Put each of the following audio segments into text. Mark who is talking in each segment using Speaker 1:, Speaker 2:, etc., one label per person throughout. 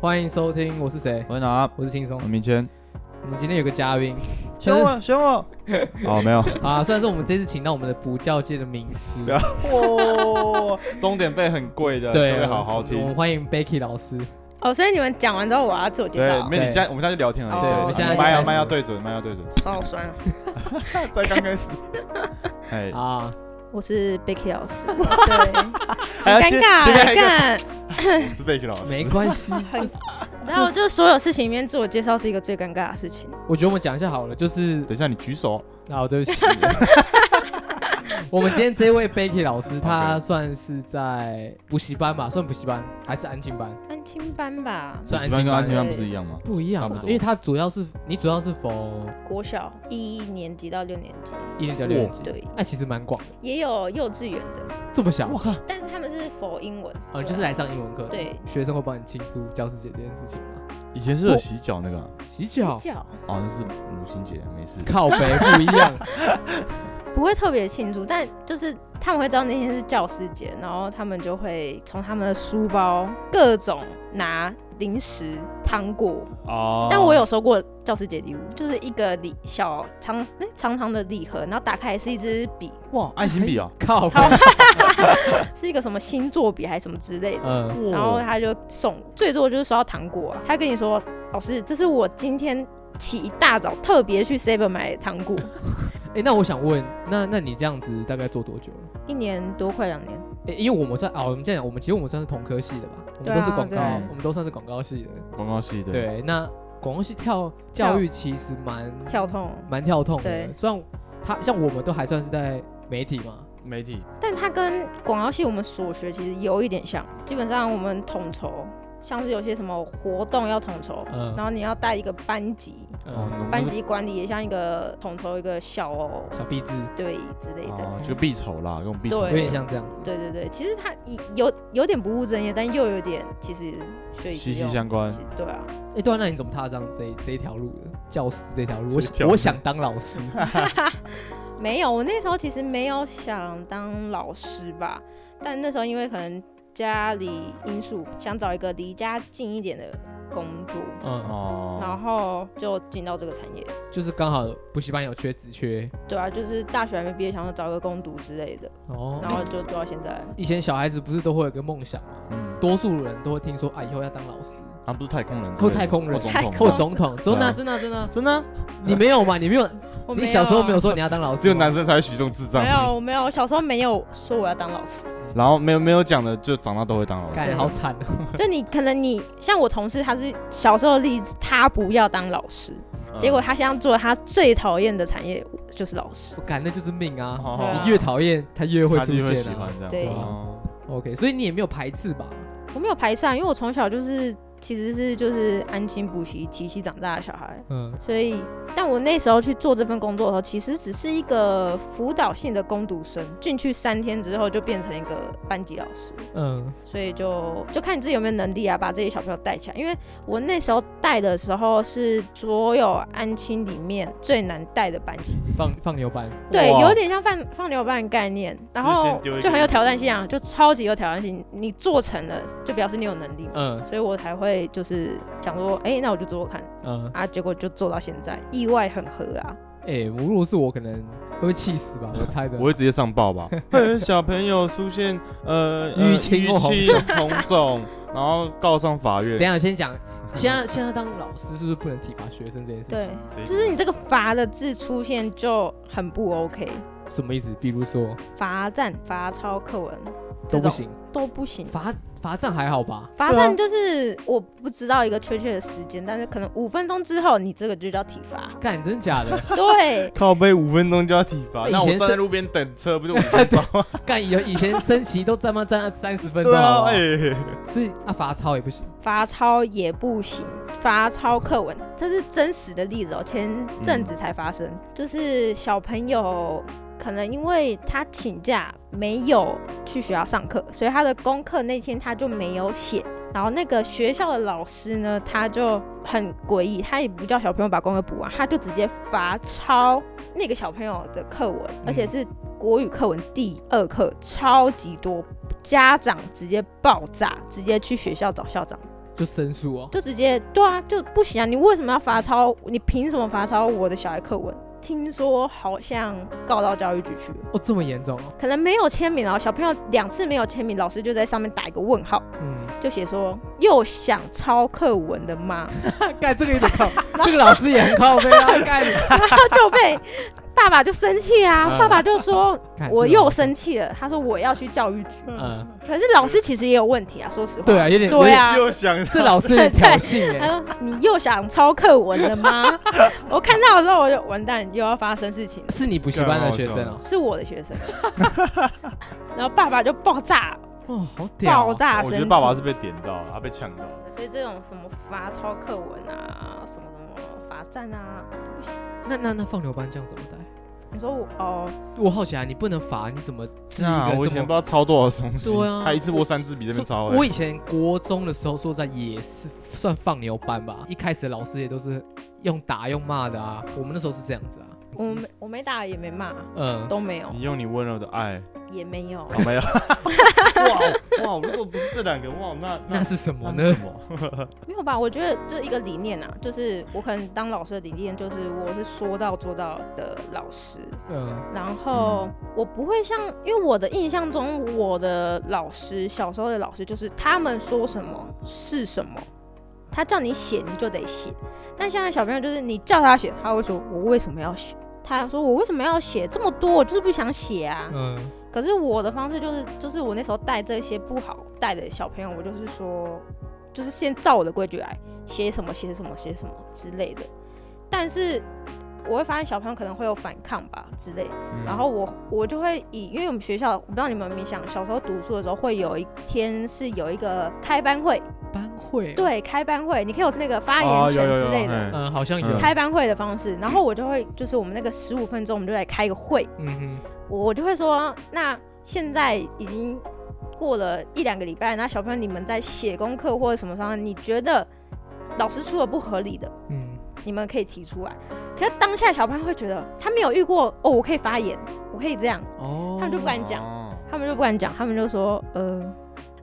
Speaker 1: 欢迎收听，我是谁？
Speaker 2: 我拿
Speaker 1: 我是轻松
Speaker 2: 我。明谦，
Speaker 1: 我们今天有个嘉 宾
Speaker 2: 选我选我，哎哦没有，
Speaker 1: 啊，虽然说我们这次请到我们的补教界的名 师，
Speaker 2: 对啊哇，终点费很贵的，
Speaker 1: 对，
Speaker 2: 各位好好
Speaker 1: 我们
Speaker 2: 听。
Speaker 1: 欢迎 Becky 老师。
Speaker 3: 哦，所以你们讲完之后我要自我介
Speaker 2: 对
Speaker 3: 绍，，哦
Speaker 2: 没你现在我们现在就聊天而已。
Speaker 3: 对哦
Speaker 2: 对
Speaker 3: 我们现在就
Speaker 2: 麦
Speaker 3: 开
Speaker 2: 要
Speaker 3: 始
Speaker 2: 麦要对准，麦要 对准。
Speaker 3: 手好酸啊。
Speaker 2: 在刚开始，哎，
Speaker 1: 啊，
Speaker 3: 我是 Becky 老师， 对，
Speaker 2: 还要
Speaker 3: 尴
Speaker 2: 先
Speaker 3: 尬
Speaker 2: 哎先开一个
Speaker 3: 干，
Speaker 2: 我是贝克老
Speaker 1: 没
Speaker 2: 师，
Speaker 1: 关系，
Speaker 3: 很
Speaker 1: 就是
Speaker 3: 然后就是所有事情里面自我介绍是一个最尴尬的事情。
Speaker 1: 我觉得我们讲一下好了，就是
Speaker 2: 等一下你举手，
Speaker 1: 啊，对不起。我们今天这位 Becky 老师，他算是在补习班吧，算补习班还是安静班？
Speaker 3: 安亲班吧，
Speaker 1: 算
Speaker 2: 跟安全
Speaker 3: 班
Speaker 2: 班不是一样吗？
Speaker 1: 不一样
Speaker 2: 差
Speaker 1: 吧因
Speaker 2: 不，多
Speaker 1: 为他主要是你主要是否
Speaker 3: 国小一年级到六年级，
Speaker 1: 一年级到六年级，
Speaker 3: 对，
Speaker 1: 那其实蛮广的，
Speaker 3: 也有幼稚园的，
Speaker 1: 这么小，
Speaker 2: 我靠，
Speaker 3: 但是他们是否英文，
Speaker 2: 哦
Speaker 1: 啊，就是来上英文课，，
Speaker 3: 对
Speaker 1: 学生会帮你庆祝教师节这件事情吗？
Speaker 2: 以前是有洗脚那个啊，
Speaker 1: 洗脚，
Speaker 3: 叫
Speaker 2: 好像是母亲节，没事。
Speaker 1: 靠北不一 样，
Speaker 3: 不会特别庆祝，但就是他们会知道那天是教师节，然后他们就会从他们的书包各种拿零食、糖果。
Speaker 2: 哦
Speaker 3: 但我有收过教师节礼物，就是一个礼小长诶长长的礼盒，然后打开是一支笔，
Speaker 2: 哇，爱心笔哦，
Speaker 1: 靠北，
Speaker 3: 是一个什么星座笔还是什么之类的。
Speaker 1: 嗯，
Speaker 3: 哎然后
Speaker 2: 哇
Speaker 3: 他就送，最多就是收到糖果啊。他跟你说，老师，这是我今天起一大早特别去 Seven 买的糖果，
Speaker 1: 哎，那我想问，那那你这样子大概做多久了？
Speaker 3: 一年多快两年。
Speaker 1: 哎，因为我们算啊，我们这样讲，我们其实我们算是同科系的吧，我们
Speaker 3: 对啊
Speaker 1: 都是广告
Speaker 3: 对，
Speaker 1: 我们都算是广告系的，
Speaker 2: 广告系，
Speaker 1: 对，那广告系跳教育其实蛮
Speaker 3: 跳痛，
Speaker 1: 蛮跳痛的，
Speaker 3: 对
Speaker 1: 虽然他像我们都还算是在媒体嘛，
Speaker 2: 媒体
Speaker 3: 但它跟广告系我们所学其实有一点像，基本上我们统筹，像是有些什么活动要统筹，
Speaker 1: 嗯
Speaker 3: 然后你要带一个班级，
Speaker 2: 哦
Speaker 1: 嗯，，
Speaker 3: 班级管理也像一个统筹一个小
Speaker 1: 小壁纸，
Speaker 3: 队之类的。
Speaker 2: 哦，就必筹啦，用必筹，
Speaker 1: 有
Speaker 3: 对
Speaker 1: 点像这样子，
Speaker 3: 对对对，其实它有有点不务正业，但又有点其实学以致
Speaker 2: 息
Speaker 3: 用
Speaker 2: 息相关。
Speaker 3: 其对啊，
Speaker 1: 哎，对啊，那你怎么踏上这这一条路的？教师这条路，我
Speaker 2: 这条
Speaker 1: 想
Speaker 2: 路
Speaker 1: 我想当老 师，
Speaker 3: 没有，我那时候其实没有想当老师吧，但那时候因为可能家里因素，想找一个离家近一点的工作，
Speaker 1: 嗯，
Speaker 2: 哦，
Speaker 3: 然后就进到这个产业。
Speaker 1: 就是刚好补习班有缺职缺，
Speaker 3: 对啊，就是大学还没毕业，想要找个攻读之类的，
Speaker 1: 哦，
Speaker 3: 然后就做到现在。
Speaker 1: 以前小孩子不是都会有个梦想吗？
Speaker 2: 嗯，
Speaker 1: 多数人都会听说啊，以后要当老师
Speaker 2: 他不是太空人之类的，
Speaker 1: 或太空人
Speaker 2: 或总统
Speaker 3: 太
Speaker 1: 或
Speaker 3: 空
Speaker 1: 总统，真的啊
Speaker 2: 哦对啊
Speaker 1: 真的啊真的啊，
Speaker 2: 真的啊，
Speaker 1: 你没有吗？你没有，
Speaker 3: 我
Speaker 1: 你小时候没有
Speaker 3: 啊
Speaker 1: 说你要当老师，
Speaker 2: 只有男，生才会许这种智障
Speaker 3: 没。有，我没有，我小时候没有说我要当老师。
Speaker 2: 啊 然后没有没有讲的，就长大都会当老师
Speaker 1: 干。好惨啊！
Speaker 3: 就你可能你像我同事，他是小时候的例子，他不要当老师，
Speaker 2: 嗯
Speaker 3: 结果他现在做他最讨厌的产业就是老师。
Speaker 1: 我干那就是命啊！
Speaker 3: 对
Speaker 2: 哦
Speaker 3: 啊
Speaker 1: 你越讨厌他越会
Speaker 2: 他
Speaker 1: 出
Speaker 2: 就会
Speaker 1: 现
Speaker 2: 喜欢
Speaker 1: 啊。
Speaker 2: 这样。
Speaker 3: 对
Speaker 2: 哦
Speaker 1: OK，所以你也没有排斥吧？
Speaker 3: 我没有排斥啊，因为我从小就是其实是就是安心补习体系长大的小孩，
Speaker 1: 嗯，
Speaker 3: 所以，但我那时候去做这份工作的时候，其实只是一个辅导性的攻读生，进去三天之后就变成一个班级老师，
Speaker 1: 嗯，
Speaker 3: 所以就就看你自己有没有能力啊，把这些小朋友带起来。因为我那时候带的时候是所有安亲里面最难带的班级，
Speaker 1: 放放牛班，
Speaker 3: 对，
Speaker 2: 哇
Speaker 3: 有点像放放牛班的概念，然后
Speaker 2: 先丢一个
Speaker 3: 就很有挑战性啊，就超级有挑战性。你做成了，就表示你有能力嘛。
Speaker 1: 嗯
Speaker 3: 所以我才会就是想说，哎、那我就做做看
Speaker 1: 嗯，
Speaker 3: 啊，结果就做到现在，意外很合啊。
Speaker 1: 哎，我如果是我，可能会被气死 吧，我猜的。
Speaker 2: 我会直接上 报吧。嘿小朋友出现呃
Speaker 1: 淤
Speaker 2: 呃
Speaker 1: 青或
Speaker 2: 淤青、红肿，然后告上法
Speaker 1: 等一
Speaker 2: 院。
Speaker 1: 下先讲，现在现在当老师是不是不能体罚学生这件事
Speaker 3: 对
Speaker 1: 情？，
Speaker 3: 就是你这个“罚”的字出现就很不 OK，
Speaker 1: 什么意思？比如说
Speaker 3: 罚站、罚抄课文
Speaker 1: 都
Speaker 3: 这
Speaker 1: 不
Speaker 3: 种
Speaker 1: 行，
Speaker 3: 都不行。
Speaker 1: 罚罚站还好吧？。
Speaker 3: 罚站就是我不知道一个确切的时间，但是可能五分钟之后，你这个就叫体罚
Speaker 1: 干，真的假的？
Speaker 3: 对，
Speaker 2: 靠背五分钟就要体罚，
Speaker 1: 那以
Speaker 2: 那我
Speaker 1: 前
Speaker 2: 站
Speaker 1: 是
Speaker 2: 在路边等车不就五 分钟？
Speaker 1: 干以以前升旗都站嘛站三十分钟
Speaker 2: 对
Speaker 1: 好
Speaker 2: 啊，
Speaker 1: 不 好，
Speaker 2: 哎，
Speaker 1: 所以啊罚抄也不行。
Speaker 3: 罚抄也不行，罚抄课文，这是真实的例子哦，前阵子才发生，就是小朋友可能因为他请假没有去学校上课，所以他的功课那天他就没有写。然后那个学校的老师呢，他就很诡异，他也不叫小朋友把功课补完，他就直接罚抄那个小朋友的课文，而且是国语课文第二课，超级多，家长直接爆炸，直接去学校找校长。
Speaker 1: 就申诉哦。
Speaker 3: 就直接对啊，就不行啊！你为什么要罚抄？你凭什么罚抄我的小孩课文？听说好像告到教育局去了，
Speaker 1: 哦，这么严重哦。
Speaker 3: 可能没有签名啊，小朋友两次没有签名，老师就在上面打一个问号，
Speaker 1: 嗯，
Speaker 3: 就写说又想抄课文的吗？
Speaker 1: 干这个有点靠， 这个老师也很靠背啊。 干你，
Speaker 3: 他就被爸爸就生 气啊，
Speaker 1: 嗯
Speaker 3: 爸爸就说
Speaker 1: 干
Speaker 3: 我又，生气了，他说我要去教育局。
Speaker 1: 这个嗯，
Speaker 3: 可是老师其实也有问题啊，说实话。
Speaker 1: 对啊，有点
Speaker 3: 对，啊，
Speaker 2: 哎 又想
Speaker 1: 有点这老师很挑衅
Speaker 3: 他
Speaker 1: 哎。
Speaker 3: 说：“你又想抄课文了吗？” 我看到的时候，我就完蛋，又要发生事情了，
Speaker 1: 是你补习班的学生哦。
Speaker 3: 是我的学生。 然后爸爸就爆炸，
Speaker 1: 哦，好屌
Speaker 3: 爆
Speaker 1: 哦。
Speaker 3: 炸
Speaker 2: 我
Speaker 3: 生
Speaker 2: 觉
Speaker 3: 气
Speaker 2: 得爸爸是被点到，他被呛到。
Speaker 3: 所以这种什么罚抄课文啊，什么什么罚站啊，都不行。
Speaker 1: 那那那放牛班这样怎么带？
Speaker 3: 你说我哦，
Speaker 1: 我好奇啊，你不能罚，你怎么治一
Speaker 2: 那啊
Speaker 1: 个
Speaker 2: 我以
Speaker 1: 这
Speaker 2: 前不
Speaker 1: 么？
Speaker 2: 知道抄多少东西，
Speaker 1: 对啊
Speaker 2: 他一次握三支笔在那边抄、欸。
Speaker 1: 我以前国中的时候，说实在也是算放牛班吧。一开始老师也都是用打用骂的啊，我们那时候是这样子啊。
Speaker 3: 我没我没打也没骂，
Speaker 1: 嗯，
Speaker 3: 都没有
Speaker 2: 你，用你温柔的爱，
Speaker 3: 也没有。
Speaker 2: 好没有？ 哇哇！如果不是这两个，哇，那
Speaker 1: 那是什么呢
Speaker 2: 那是？什么？
Speaker 3: 没有吧？我觉得就是一个理念啊，就是我可能当老师的理念就是我是说到做到的老师，
Speaker 1: 嗯，
Speaker 3: 然后
Speaker 2: 嗯
Speaker 3: 我不会像，因为我的印象中我的老师小时候的老师就是他们说什么是什么，他叫你写你就得写，但现在小朋友就是你叫他写，他会说我为什么要写？他说我为什么要写这么多？我就是不想写啊。
Speaker 1: 嗯，
Speaker 3: 可是我的方式就是，就是我那时候带这些不好带的小朋友，我就是说，就是先照我的规矩来，写什么写什么写什么之类的。但是我会发现小朋友可能会有反抗吧之类的，
Speaker 2: 嗯
Speaker 3: 然后我我就会以，因为我们学校，我不知道你们有没有想，小时候读书的时候会有一天是有一个开班会，
Speaker 1: 班会，，啊
Speaker 3: 对，开班会，你可以有那个发
Speaker 2: 嗯哦有
Speaker 3: 言权
Speaker 2: 有
Speaker 3: 之
Speaker 2: 有
Speaker 3: 类的。
Speaker 2: 嘿
Speaker 1: 嗯，好像有，
Speaker 2: 嗯
Speaker 3: 开班会的方式，然后我就会，就是我们那个十五分钟，我们就来开个会，
Speaker 1: 嗯
Speaker 3: 我我就会说，那现在已经过了一两个礼拜，那小朋友你们在写功课或者什么上，你觉得老师出了不合理的，
Speaker 1: 哼，嗯，
Speaker 3: 你们可以提出来。可是当下小朋友会觉得他没有遇过哦，我可以发言，我可以这样，
Speaker 1: 哦，
Speaker 3: 他们就不敢讲，
Speaker 2: 哦
Speaker 3: 他们就不敢讲，他们就说呃，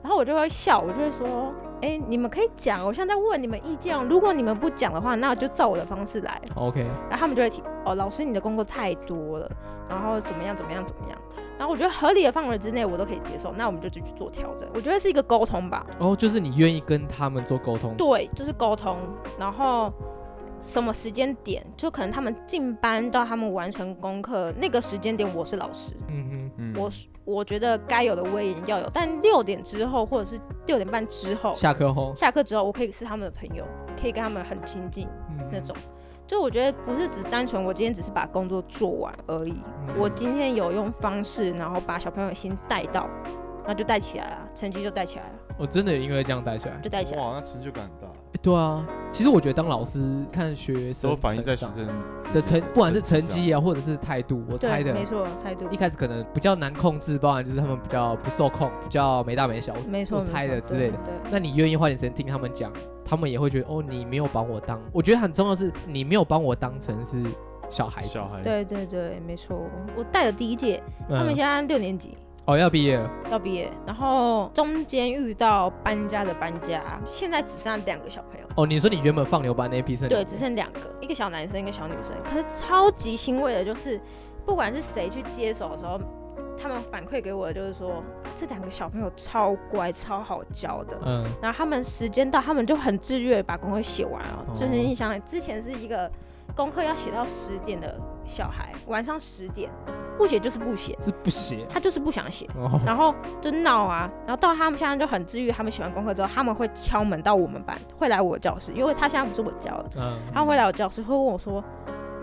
Speaker 3: 然后我就会笑，我就会说。哎、你们可以讲，我现在在问你们意见哦。如果你们不讲的话，那就照我的方式来。
Speaker 1: OK，
Speaker 3: 然后他们就会提哦，老师你的工作太多了，然后怎么样怎么样怎么样。然后我觉得合理的范围之内我都可以接受，那我们就去做调整。我觉得是一个沟通吧，
Speaker 1: 哦，就是你愿意跟他们做沟通，
Speaker 3: 对，就是沟通。然后什么时间点，就可能他们进班到他们完成功课那个时间点，我是老师，
Speaker 1: 嗯
Speaker 2: 嗯
Speaker 3: 我我觉得该有的威严要有。但六点之后或者是六点半之后
Speaker 1: 哼，，下课后，
Speaker 3: 下课之后，我可以是他们的朋友，可以跟他们很亲近。
Speaker 1: 嗯
Speaker 3: 那种。就我觉得不是只单纯我今天只是把工作做完而已，
Speaker 1: 嗯
Speaker 3: 我今天有用方式，然后把小朋友的心带到，那就带起来了，成绩就带起来了，
Speaker 1: 我真的因为这样带起来，
Speaker 3: 就带起来了。啊
Speaker 2: 哇，那成就感很大，
Speaker 1: 诶对啊，其实我觉得当老师看学
Speaker 2: 都
Speaker 1: 生
Speaker 2: 反映在学
Speaker 1: 成
Speaker 2: 生
Speaker 1: 长的成，不管是成绩啊，或者是态度，我猜的
Speaker 3: 对，没错，态度
Speaker 1: 一开始可能比较难控制，包含就是他们比较不受控，比较没大没小，
Speaker 3: 没错，
Speaker 1: 我猜的
Speaker 3: 没错
Speaker 1: 之类的。。
Speaker 3: 对，
Speaker 1: 那你愿意花点时间听他们讲，他们也会觉得哦，你没有把我当，我觉得很重要的是你没有把我当成是小孩子
Speaker 2: 小，孩，
Speaker 3: 对对对，没错。我带的第一届，他
Speaker 1: 嗯
Speaker 3: 们现在六年级
Speaker 1: 哦要毕业了，
Speaker 3: 要毕业，然后中间遇到搬家的搬家，现在只剩下两个小朋友。
Speaker 1: 哦你说你原本放牛班那一批是，
Speaker 3: 对，只剩两个，一个小男生，一个小女生。可是超级欣慰的就是，不管是谁去接手的时候，他们反馈给我的就是说，这两个小朋友超乖，超好教的。
Speaker 1: 嗯
Speaker 3: 然后他们时间到，他们就很自愿地把功课写完了。
Speaker 1: 哦
Speaker 3: 就是你想，之前是一个功课要写到十点的小孩，晚上十点不写就是不写，
Speaker 1: 是不写
Speaker 3: 他就是不想写。
Speaker 1: 哦
Speaker 3: 然后就闹啊，然后到他们现在就很治愈，他们写完功课之后，他们会敲门到我们班，会来我的教室，因为他现在不是我教的，
Speaker 1: 嗯
Speaker 3: 他会来我教室，会问我说：“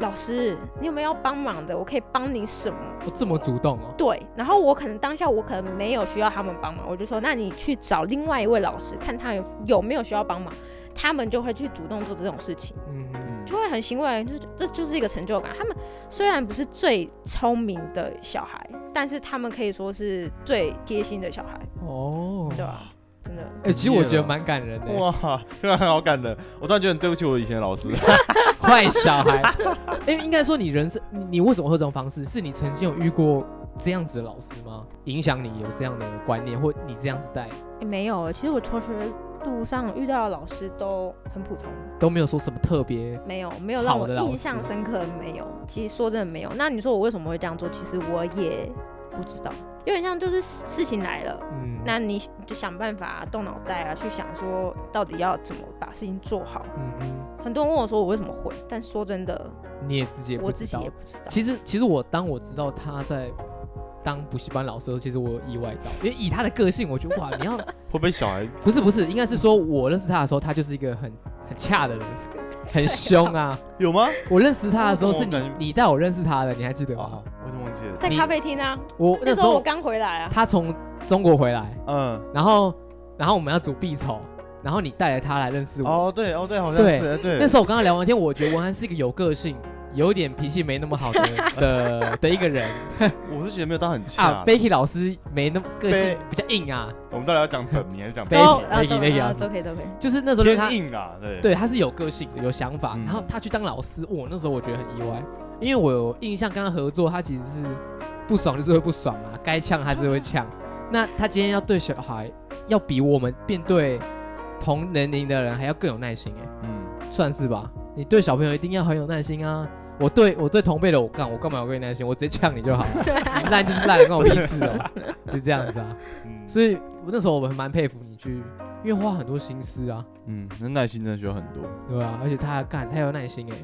Speaker 3: 老师，你有没有要帮忙的？我可以帮你什么
Speaker 1: 哦这么主动哦？”，
Speaker 3: 对，然后我可能当下我可能没有需要他们帮忙，我就说：“那你去找另外一位老师，看他有有没有需要帮忙。”他们就会去主动做这种事情，
Speaker 1: 嗯
Speaker 2: 嗯
Speaker 3: 就会很欣慰，就这就是一个成就感。他们虽然不是最聪明的小孩，但是他们可以说是最贴心的小孩，
Speaker 1: 哦，
Speaker 3: 对啊吧？真的，
Speaker 1: 哎其实我觉得蛮感人的，
Speaker 2: 哇， 突然好感人，我突然觉得很对不起我以前的老师。
Speaker 1: 坏小孩， 哎应该说你人生你你为什么会有这种方式？是你曾经有遇过这样子的
Speaker 3: 哎
Speaker 1: 老师吗？影响你有这样的观念，或你这样子带？
Speaker 3: 诶没有，其实我求学路上遇到的老师都很普通，
Speaker 1: 都没有说什么特别
Speaker 3: 没有没有让
Speaker 1: 好
Speaker 3: 我
Speaker 1: 的老
Speaker 3: 印象
Speaker 1: 师
Speaker 3: 深刻，没有。其实说真的没有。那你说我为什么会这样做？其实我也不知道，有点像就是事事情来了，
Speaker 1: 嗯，
Speaker 3: 那你就想办法动脑袋啊，去想说到底要怎么把事情做好。
Speaker 1: 嗯嗯，
Speaker 3: 很多人问我说我为什么会，但说真的，
Speaker 1: 你也自己也
Speaker 3: 我
Speaker 1: 不知
Speaker 3: 自己
Speaker 1: 道
Speaker 3: 也。不知道。
Speaker 1: 其实其实我当我知道他在当补习班老师的时候，其实我有意外到，因为以他的个性，我觉得哇，你要
Speaker 2: 会不会小孩
Speaker 1: 不是不是，应该是说我认识他的时候，他就是一个很很恰 的人，很凶啊。
Speaker 2: 有吗？
Speaker 1: 我认识他的时候
Speaker 2: 我
Speaker 1: 是
Speaker 2: 怎么
Speaker 1: 你
Speaker 2: 感觉
Speaker 1: 你带我认识他的，你还记得吗
Speaker 2: 啊？，我怎么忘记了？
Speaker 3: 在
Speaker 1: 你
Speaker 3: 咖啡厅啊，
Speaker 1: 我那
Speaker 3: 那时
Speaker 1: 时
Speaker 3: 候我
Speaker 1: 候
Speaker 3: 刚回来啊，
Speaker 1: 他从中国回来，
Speaker 2: 嗯，
Speaker 1: 然后然后我们要组必筹，然后你带着他来认识我。
Speaker 2: 哦对哦对，好像
Speaker 1: 对
Speaker 2: 是哎对。
Speaker 1: 那时候我跟他聊完天，我觉得文涵是一个有个性。有一点脾气没那么好的 的的一个人
Speaker 2: 我是觉得没有到很
Speaker 1: 啊
Speaker 2: 恰。
Speaker 1: ，Becky 老师没那么个性
Speaker 2: 被
Speaker 1: 比较硬啊，
Speaker 2: 我们到底要讲本名还是讲
Speaker 1: 背
Speaker 2: 本
Speaker 1: 景
Speaker 3: 都
Speaker 2: 名
Speaker 1: 那个
Speaker 3: 都
Speaker 1: 那个
Speaker 3: 啊
Speaker 1: 样子
Speaker 3: 都可以都可以。
Speaker 1: 就是那时候就是他
Speaker 2: 偏硬啊？ 对，
Speaker 1: 对，他是有个性的，有想法。
Speaker 2: 嗯
Speaker 1: 然后他去当老师，我那时候我觉得很意外，因为我有印象跟他合作，他其实是不爽就是会不爽嘛，该呛他是会呛。 那他今天要对小孩，要比我们面对同年龄的人还要更有耐心，哎，
Speaker 2: 嗯，
Speaker 1: 算是吧。你对小朋友一定要很有耐心啊。我对我对同辈的我干，我干嘛要跟你耐心？我直接呛你就好了，你烂就是烂，关我屁事哦，是这样子啊。
Speaker 2: 嗯
Speaker 1: 所以我那时候我蛮佩服你去，因为花很多心思啊，
Speaker 2: 嗯，那耐心真的需要很 多。
Speaker 1: 对吧、而且他还干，他有耐心哎、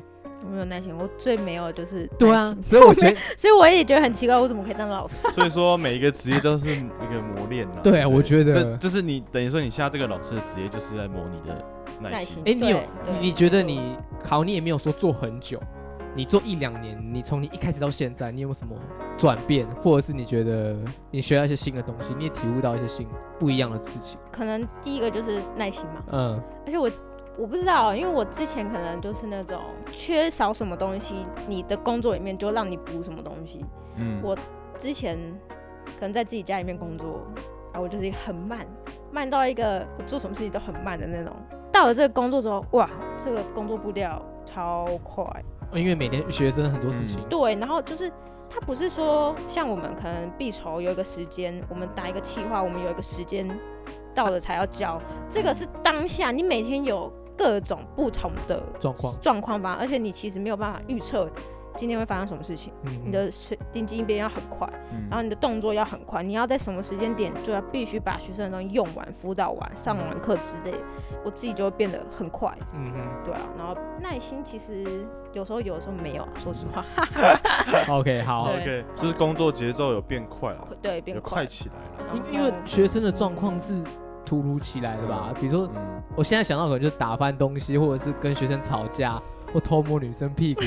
Speaker 3: 我没有耐心，我最没有的就是
Speaker 1: 对
Speaker 3: 耐
Speaker 1: 啊
Speaker 3: 心，
Speaker 1: 所以我 觉得，
Speaker 3: 所以我也觉得很奇怪，我怎么可以当老师？
Speaker 2: 所以说每一个职业都是一个磨练呐、
Speaker 1: 对啊我觉得
Speaker 2: 这就是你等于说你下这个老师的职业就是在磨你的耐
Speaker 3: 耐
Speaker 2: 心
Speaker 3: 心。
Speaker 1: 哎，你有
Speaker 3: 对对
Speaker 1: 你你觉得你好，你也没有说做很久，你做一两年，你从你一开始到现在，你有没有什么转变，或者是你觉得你学到一些新的东西，你也体悟到一些新不一样的事情？
Speaker 3: 可能第一个就是耐心嘛，
Speaker 1: 嗯
Speaker 3: 而且我我不知道，因为我之前可能就是那种缺少什么东西，你的工作里面就让你补什么东西。
Speaker 2: 嗯
Speaker 3: 我之前可能在自己家里面工作，啊，我就是一个很慢，慢到一个我做什么事情都很慢的那种。到了这个工作之后，哇，这个工作步调超快，
Speaker 1: 因为每天学生很多事情，
Speaker 3: 对，然后就是他不是说像我们可能必筹有一个时间，我们打一个企划，我们有一个时间到了才要交，这个是当下你每天有各种不同的
Speaker 1: 状况
Speaker 3: 状况吧，而且你其实没有办法预测今天会发生什么事情，
Speaker 1: 嗯，
Speaker 3: 你的随临机应变要很快，
Speaker 2: 嗯
Speaker 3: 然后你的动作要很快，你要在什么时间点就要必须把学生的东西用完、辅导完、上完课之类的，我自己就会变得很快，
Speaker 1: 嗯嗯
Speaker 3: 对啊，然后耐心其实有时候有，有时候没有啊，说实话。
Speaker 1: ，OK，好
Speaker 3: 对。
Speaker 2: OK，就是工作节奏有变快了，
Speaker 3: 对，
Speaker 2: 有
Speaker 3: 变
Speaker 2: 快
Speaker 3: 快。
Speaker 2: 起来了。
Speaker 3: 然后
Speaker 1: 因因为学生的状况是突如其来的吧，比如说
Speaker 2: 嗯，
Speaker 1: 我现在想到可能就是打翻东西，或者是跟学生吵架，或偷摸女生 屁股，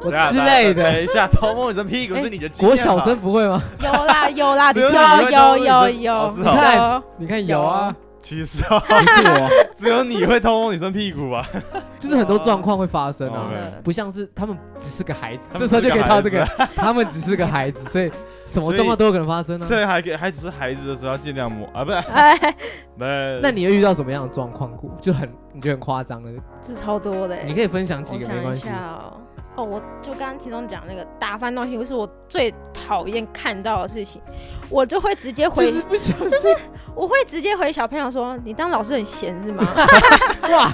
Speaker 1: 我
Speaker 2: 等一下
Speaker 1: 之类的。
Speaker 2: 等一下，偷摸你的屁股
Speaker 1: 哎
Speaker 2: 是你的经
Speaker 1: 国
Speaker 2: 验啊
Speaker 1: 小
Speaker 2: 吧
Speaker 1: 生不会吗？
Speaker 3: 有啦有 啦，
Speaker 2: 只
Speaker 3: 你
Speaker 2: 有
Speaker 3: 看
Speaker 2: 你会
Speaker 3: 有
Speaker 2: 偷
Speaker 3: 有
Speaker 2: 女生
Speaker 3: 有
Speaker 2: 哦是哦
Speaker 1: 看
Speaker 3: 有，
Speaker 1: 你看有啊，
Speaker 2: 其实哦，
Speaker 1: 不是我，
Speaker 2: 只有你会偷摸女生屁股啊 吧？
Speaker 1: 就是很多状况会发生
Speaker 3: 真
Speaker 1: 啊
Speaker 2: 哦，
Speaker 3: 的
Speaker 1: 不像是他们只是个孩子，
Speaker 2: 他
Speaker 1: 这
Speaker 2: 们
Speaker 1: 时候就可以套这
Speaker 2: 只是
Speaker 1: 个
Speaker 2: 个，
Speaker 1: 他们只是个孩 子，所以什么
Speaker 2: 所以
Speaker 1: 状况都有可能发生
Speaker 2: 所
Speaker 1: 啊。
Speaker 2: 以还可以，还只是孩子的时候要尽量摸啊，不是？
Speaker 3: 哎，
Speaker 2: 那
Speaker 1: 那你又遇到什么样的状况过？就很你觉得很夸张的，
Speaker 3: 这超多的欸。
Speaker 1: 你可以分享几
Speaker 3: 我
Speaker 1: 个没
Speaker 3: 想一
Speaker 1: 关系
Speaker 3: 下。哦，哦，我就刚刚其中讲那个打翻东西，就是我最讨厌看到的事情，我就会直接
Speaker 1: 就
Speaker 3: 回
Speaker 1: 是，不想说
Speaker 3: 我会直接回小朋友说：“你当老师很闲是吗？
Speaker 1: 哇！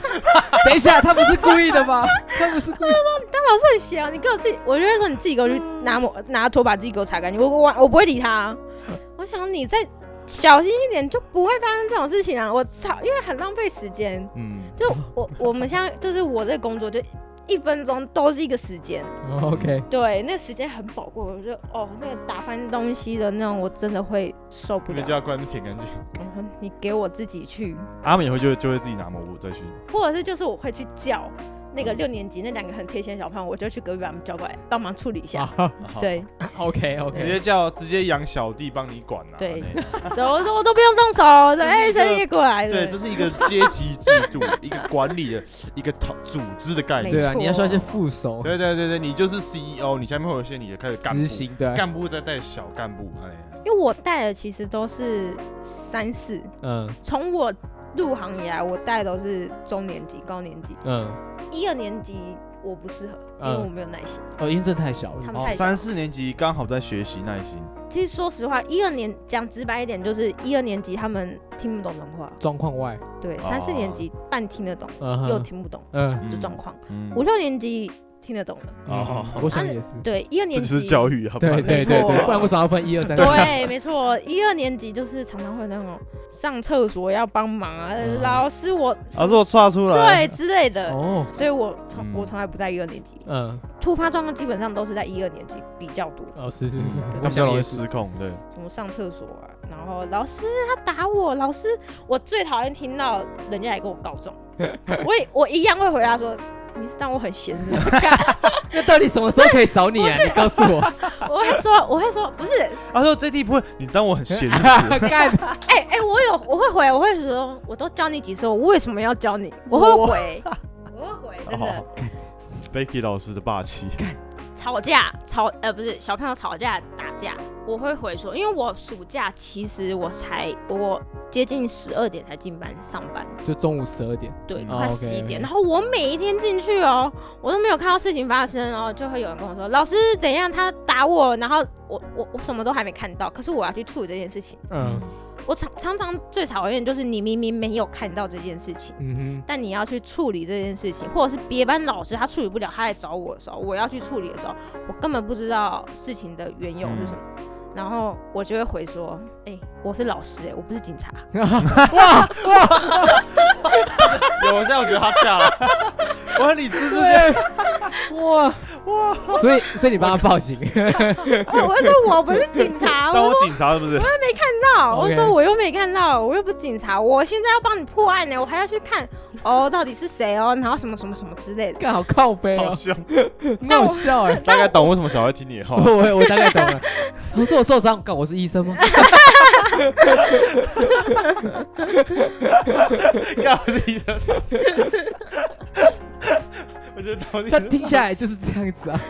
Speaker 1: 等一下，他不是故意的吧？他不是故意。
Speaker 3: 老师很闲啊，你给我自己，我就会说你自己给我去拿抹拿拖把自己给我擦干净，我我我不会理他 啊、我想你再小心一点，就不会发生这种事情啊！我操，因为很浪费时间。
Speaker 2: 嗯，
Speaker 3: 就我我们现在就是我这个工作，就一分钟都是一个时间，
Speaker 1: 哦 OK，
Speaker 3: 对，那个时间很宝贵。我就哦，那个打翻东西的那种，我真的会受不
Speaker 2: 你
Speaker 3: 了
Speaker 2: 们。就要关舔干净。
Speaker 3: 我说你给我自己去，
Speaker 2: 阿美以后就就会自己拿抹布再去。
Speaker 3: 或者是就是我会去叫那
Speaker 2: 嗯
Speaker 3: 个六年级那两个很贴心的小朋友，我就去隔壁把他们叫过来帮忙处理一下。
Speaker 1: 好
Speaker 2: 啊好，
Speaker 3: 对，
Speaker 1: ，OK
Speaker 2: 直
Speaker 1: OK，
Speaker 2: 接叫直接养小弟帮你管啊。
Speaker 3: 对
Speaker 2: 那
Speaker 3: 然后我说我都不用动手，
Speaker 2: 这是
Speaker 3: 哎，
Speaker 2: 一个
Speaker 3: 谁也过来
Speaker 2: 对，
Speaker 3: 了
Speaker 2: 这。是一个 阶级制度，一个管理的一个统组织的概念
Speaker 3: 没。
Speaker 1: 对啊，
Speaker 3: 错
Speaker 1: 你要需要一些副手
Speaker 2: 对对对对，你就是 CEO，你下面会有一些你的开始干
Speaker 1: 执
Speaker 2: 部，
Speaker 1: 行啊的，
Speaker 2: 干部再带小干部，哎，
Speaker 3: 因为我带的其实都是三四，
Speaker 1: 嗯
Speaker 3: 从我入行以来，我带的都是中年级、高年级。
Speaker 1: 嗯
Speaker 3: 一二年级我不适合，
Speaker 1: 嗯
Speaker 3: 因为我
Speaker 1: 嗯，
Speaker 3: 没有耐心。
Speaker 1: 哦，因为真的太小了
Speaker 3: 他。们
Speaker 2: 哦
Speaker 3: 太，小
Speaker 2: 三四年级刚好在学习耐心，
Speaker 3: 其实说实话，一二年讲直白一点，就是一二年级他们听不懂人话，
Speaker 1: 状况外，
Speaker 3: 对，三四年级半听得懂，
Speaker 1: 哦嗯哼
Speaker 3: 又听不懂
Speaker 1: 嗯，
Speaker 3: 的状况，
Speaker 2: 嗯，
Speaker 3: 五六年级听得懂了，
Speaker 2: 哦
Speaker 1: 嗯我想也是，
Speaker 3: 对，一二
Speaker 4: 这
Speaker 3: 年
Speaker 4: 就
Speaker 3: 级
Speaker 4: 是教育啊，
Speaker 1: 对
Speaker 4: 不 然
Speaker 1: 对对
Speaker 3: 啊没错
Speaker 1: 对，不然为什么要分一二三？
Speaker 3: 对，没错，一二年级就是常常会那种上厕所要帮忙啊，
Speaker 1: 嗯
Speaker 3: 老师我
Speaker 2: 啊，如果岔出来，
Speaker 3: 对之类的，
Speaker 1: 哦，
Speaker 3: 所以我从、
Speaker 2: 嗯
Speaker 3: 我从来不在一二年级，
Speaker 1: 嗯，
Speaker 3: 突发状况基本上都是在一二年级比较多，
Speaker 1: 哦，是是是是，
Speaker 2: 他
Speaker 1: 我
Speaker 2: 比较
Speaker 1: 想
Speaker 2: 容
Speaker 1: 也
Speaker 2: 易
Speaker 1: 是，
Speaker 2: 失控，对，
Speaker 3: 什么上厕所啊，然后老师他打我，老师我最讨厌听到人家来跟我告状，我也我一样会回答说。你是当我很闲是 吗？
Speaker 1: 那到底什么时候可以找你啊？你告诉我，
Speaker 3: 我会说，我会说，不是，
Speaker 2: 啊，说这题不会，你当我很闲是不 是
Speaker 1: 干，
Speaker 3: 哎、哎、我有我会回，我会说，我都教你几次，我为什么要教你？我会回，我会回，真的。
Speaker 2: 哦，Becky 老师的霸气，
Speaker 3: 吵架吵呃不是小朋友吵架打架，我会回说，因为我暑假其实我才我接近十二点才进班上班，
Speaker 1: 就中午十二点，
Speaker 3: 对，
Speaker 2: 嗯
Speaker 3: 快
Speaker 1: 哦
Speaker 3: 十一点，
Speaker 1: OK，OK
Speaker 3: 然后我每一天进去哦，我都没有看到事情发生哦，就会有人跟我说老师怎样他打我，然后我我我什么都还没看到，可是我要去处理这件事情，
Speaker 1: 嗯
Speaker 3: 我常常常最讨厌就是你明明没有看到这件事情。
Speaker 1: 嗯
Speaker 3: 但你要去处理这件事情，或者是别班老师他处理不了，他来找我的时候，我要去处理的时候，我根本不知道事情的缘由是什么，然后我就会回说：“哎、我是老师、哎，我不是警察。
Speaker 1: 嗯
Speaker 2: 有，我现在我觉得他恰了，哇，你这是
Speaker 3: 啊
Speaker 1: 哼，哇哇，所以所以你帮他报 警，
Speaker 3: 哦”我就说：“我不是警察，
Speaker 2: 当
Speaker 3: 我
Speaker 2: 我警察是不是？
Speaker 3: 看到。”我就
Speaker 1: OK
Speaker 3: 说：“我又没看到，我又不是警察，我现在要帮你破案呢、我还要去看哦，到底是谁哦，然后什么什么什么 之类的。”
Speaker 1: 干好靠背
Speaker 2: 好
Speaker 1: 哦，
Speaker 2: 凶，
Speaker 1: 很好笑哎，
Speaker 2: 大概懂为什么小孩听你 的话，
Speaker 1: 我我大概懂 了。可是我受伤，干我是医生 吗？
Speaker 2: 干我是医生，我觉得我
Speaker 1: 他听下来就是这样子啊。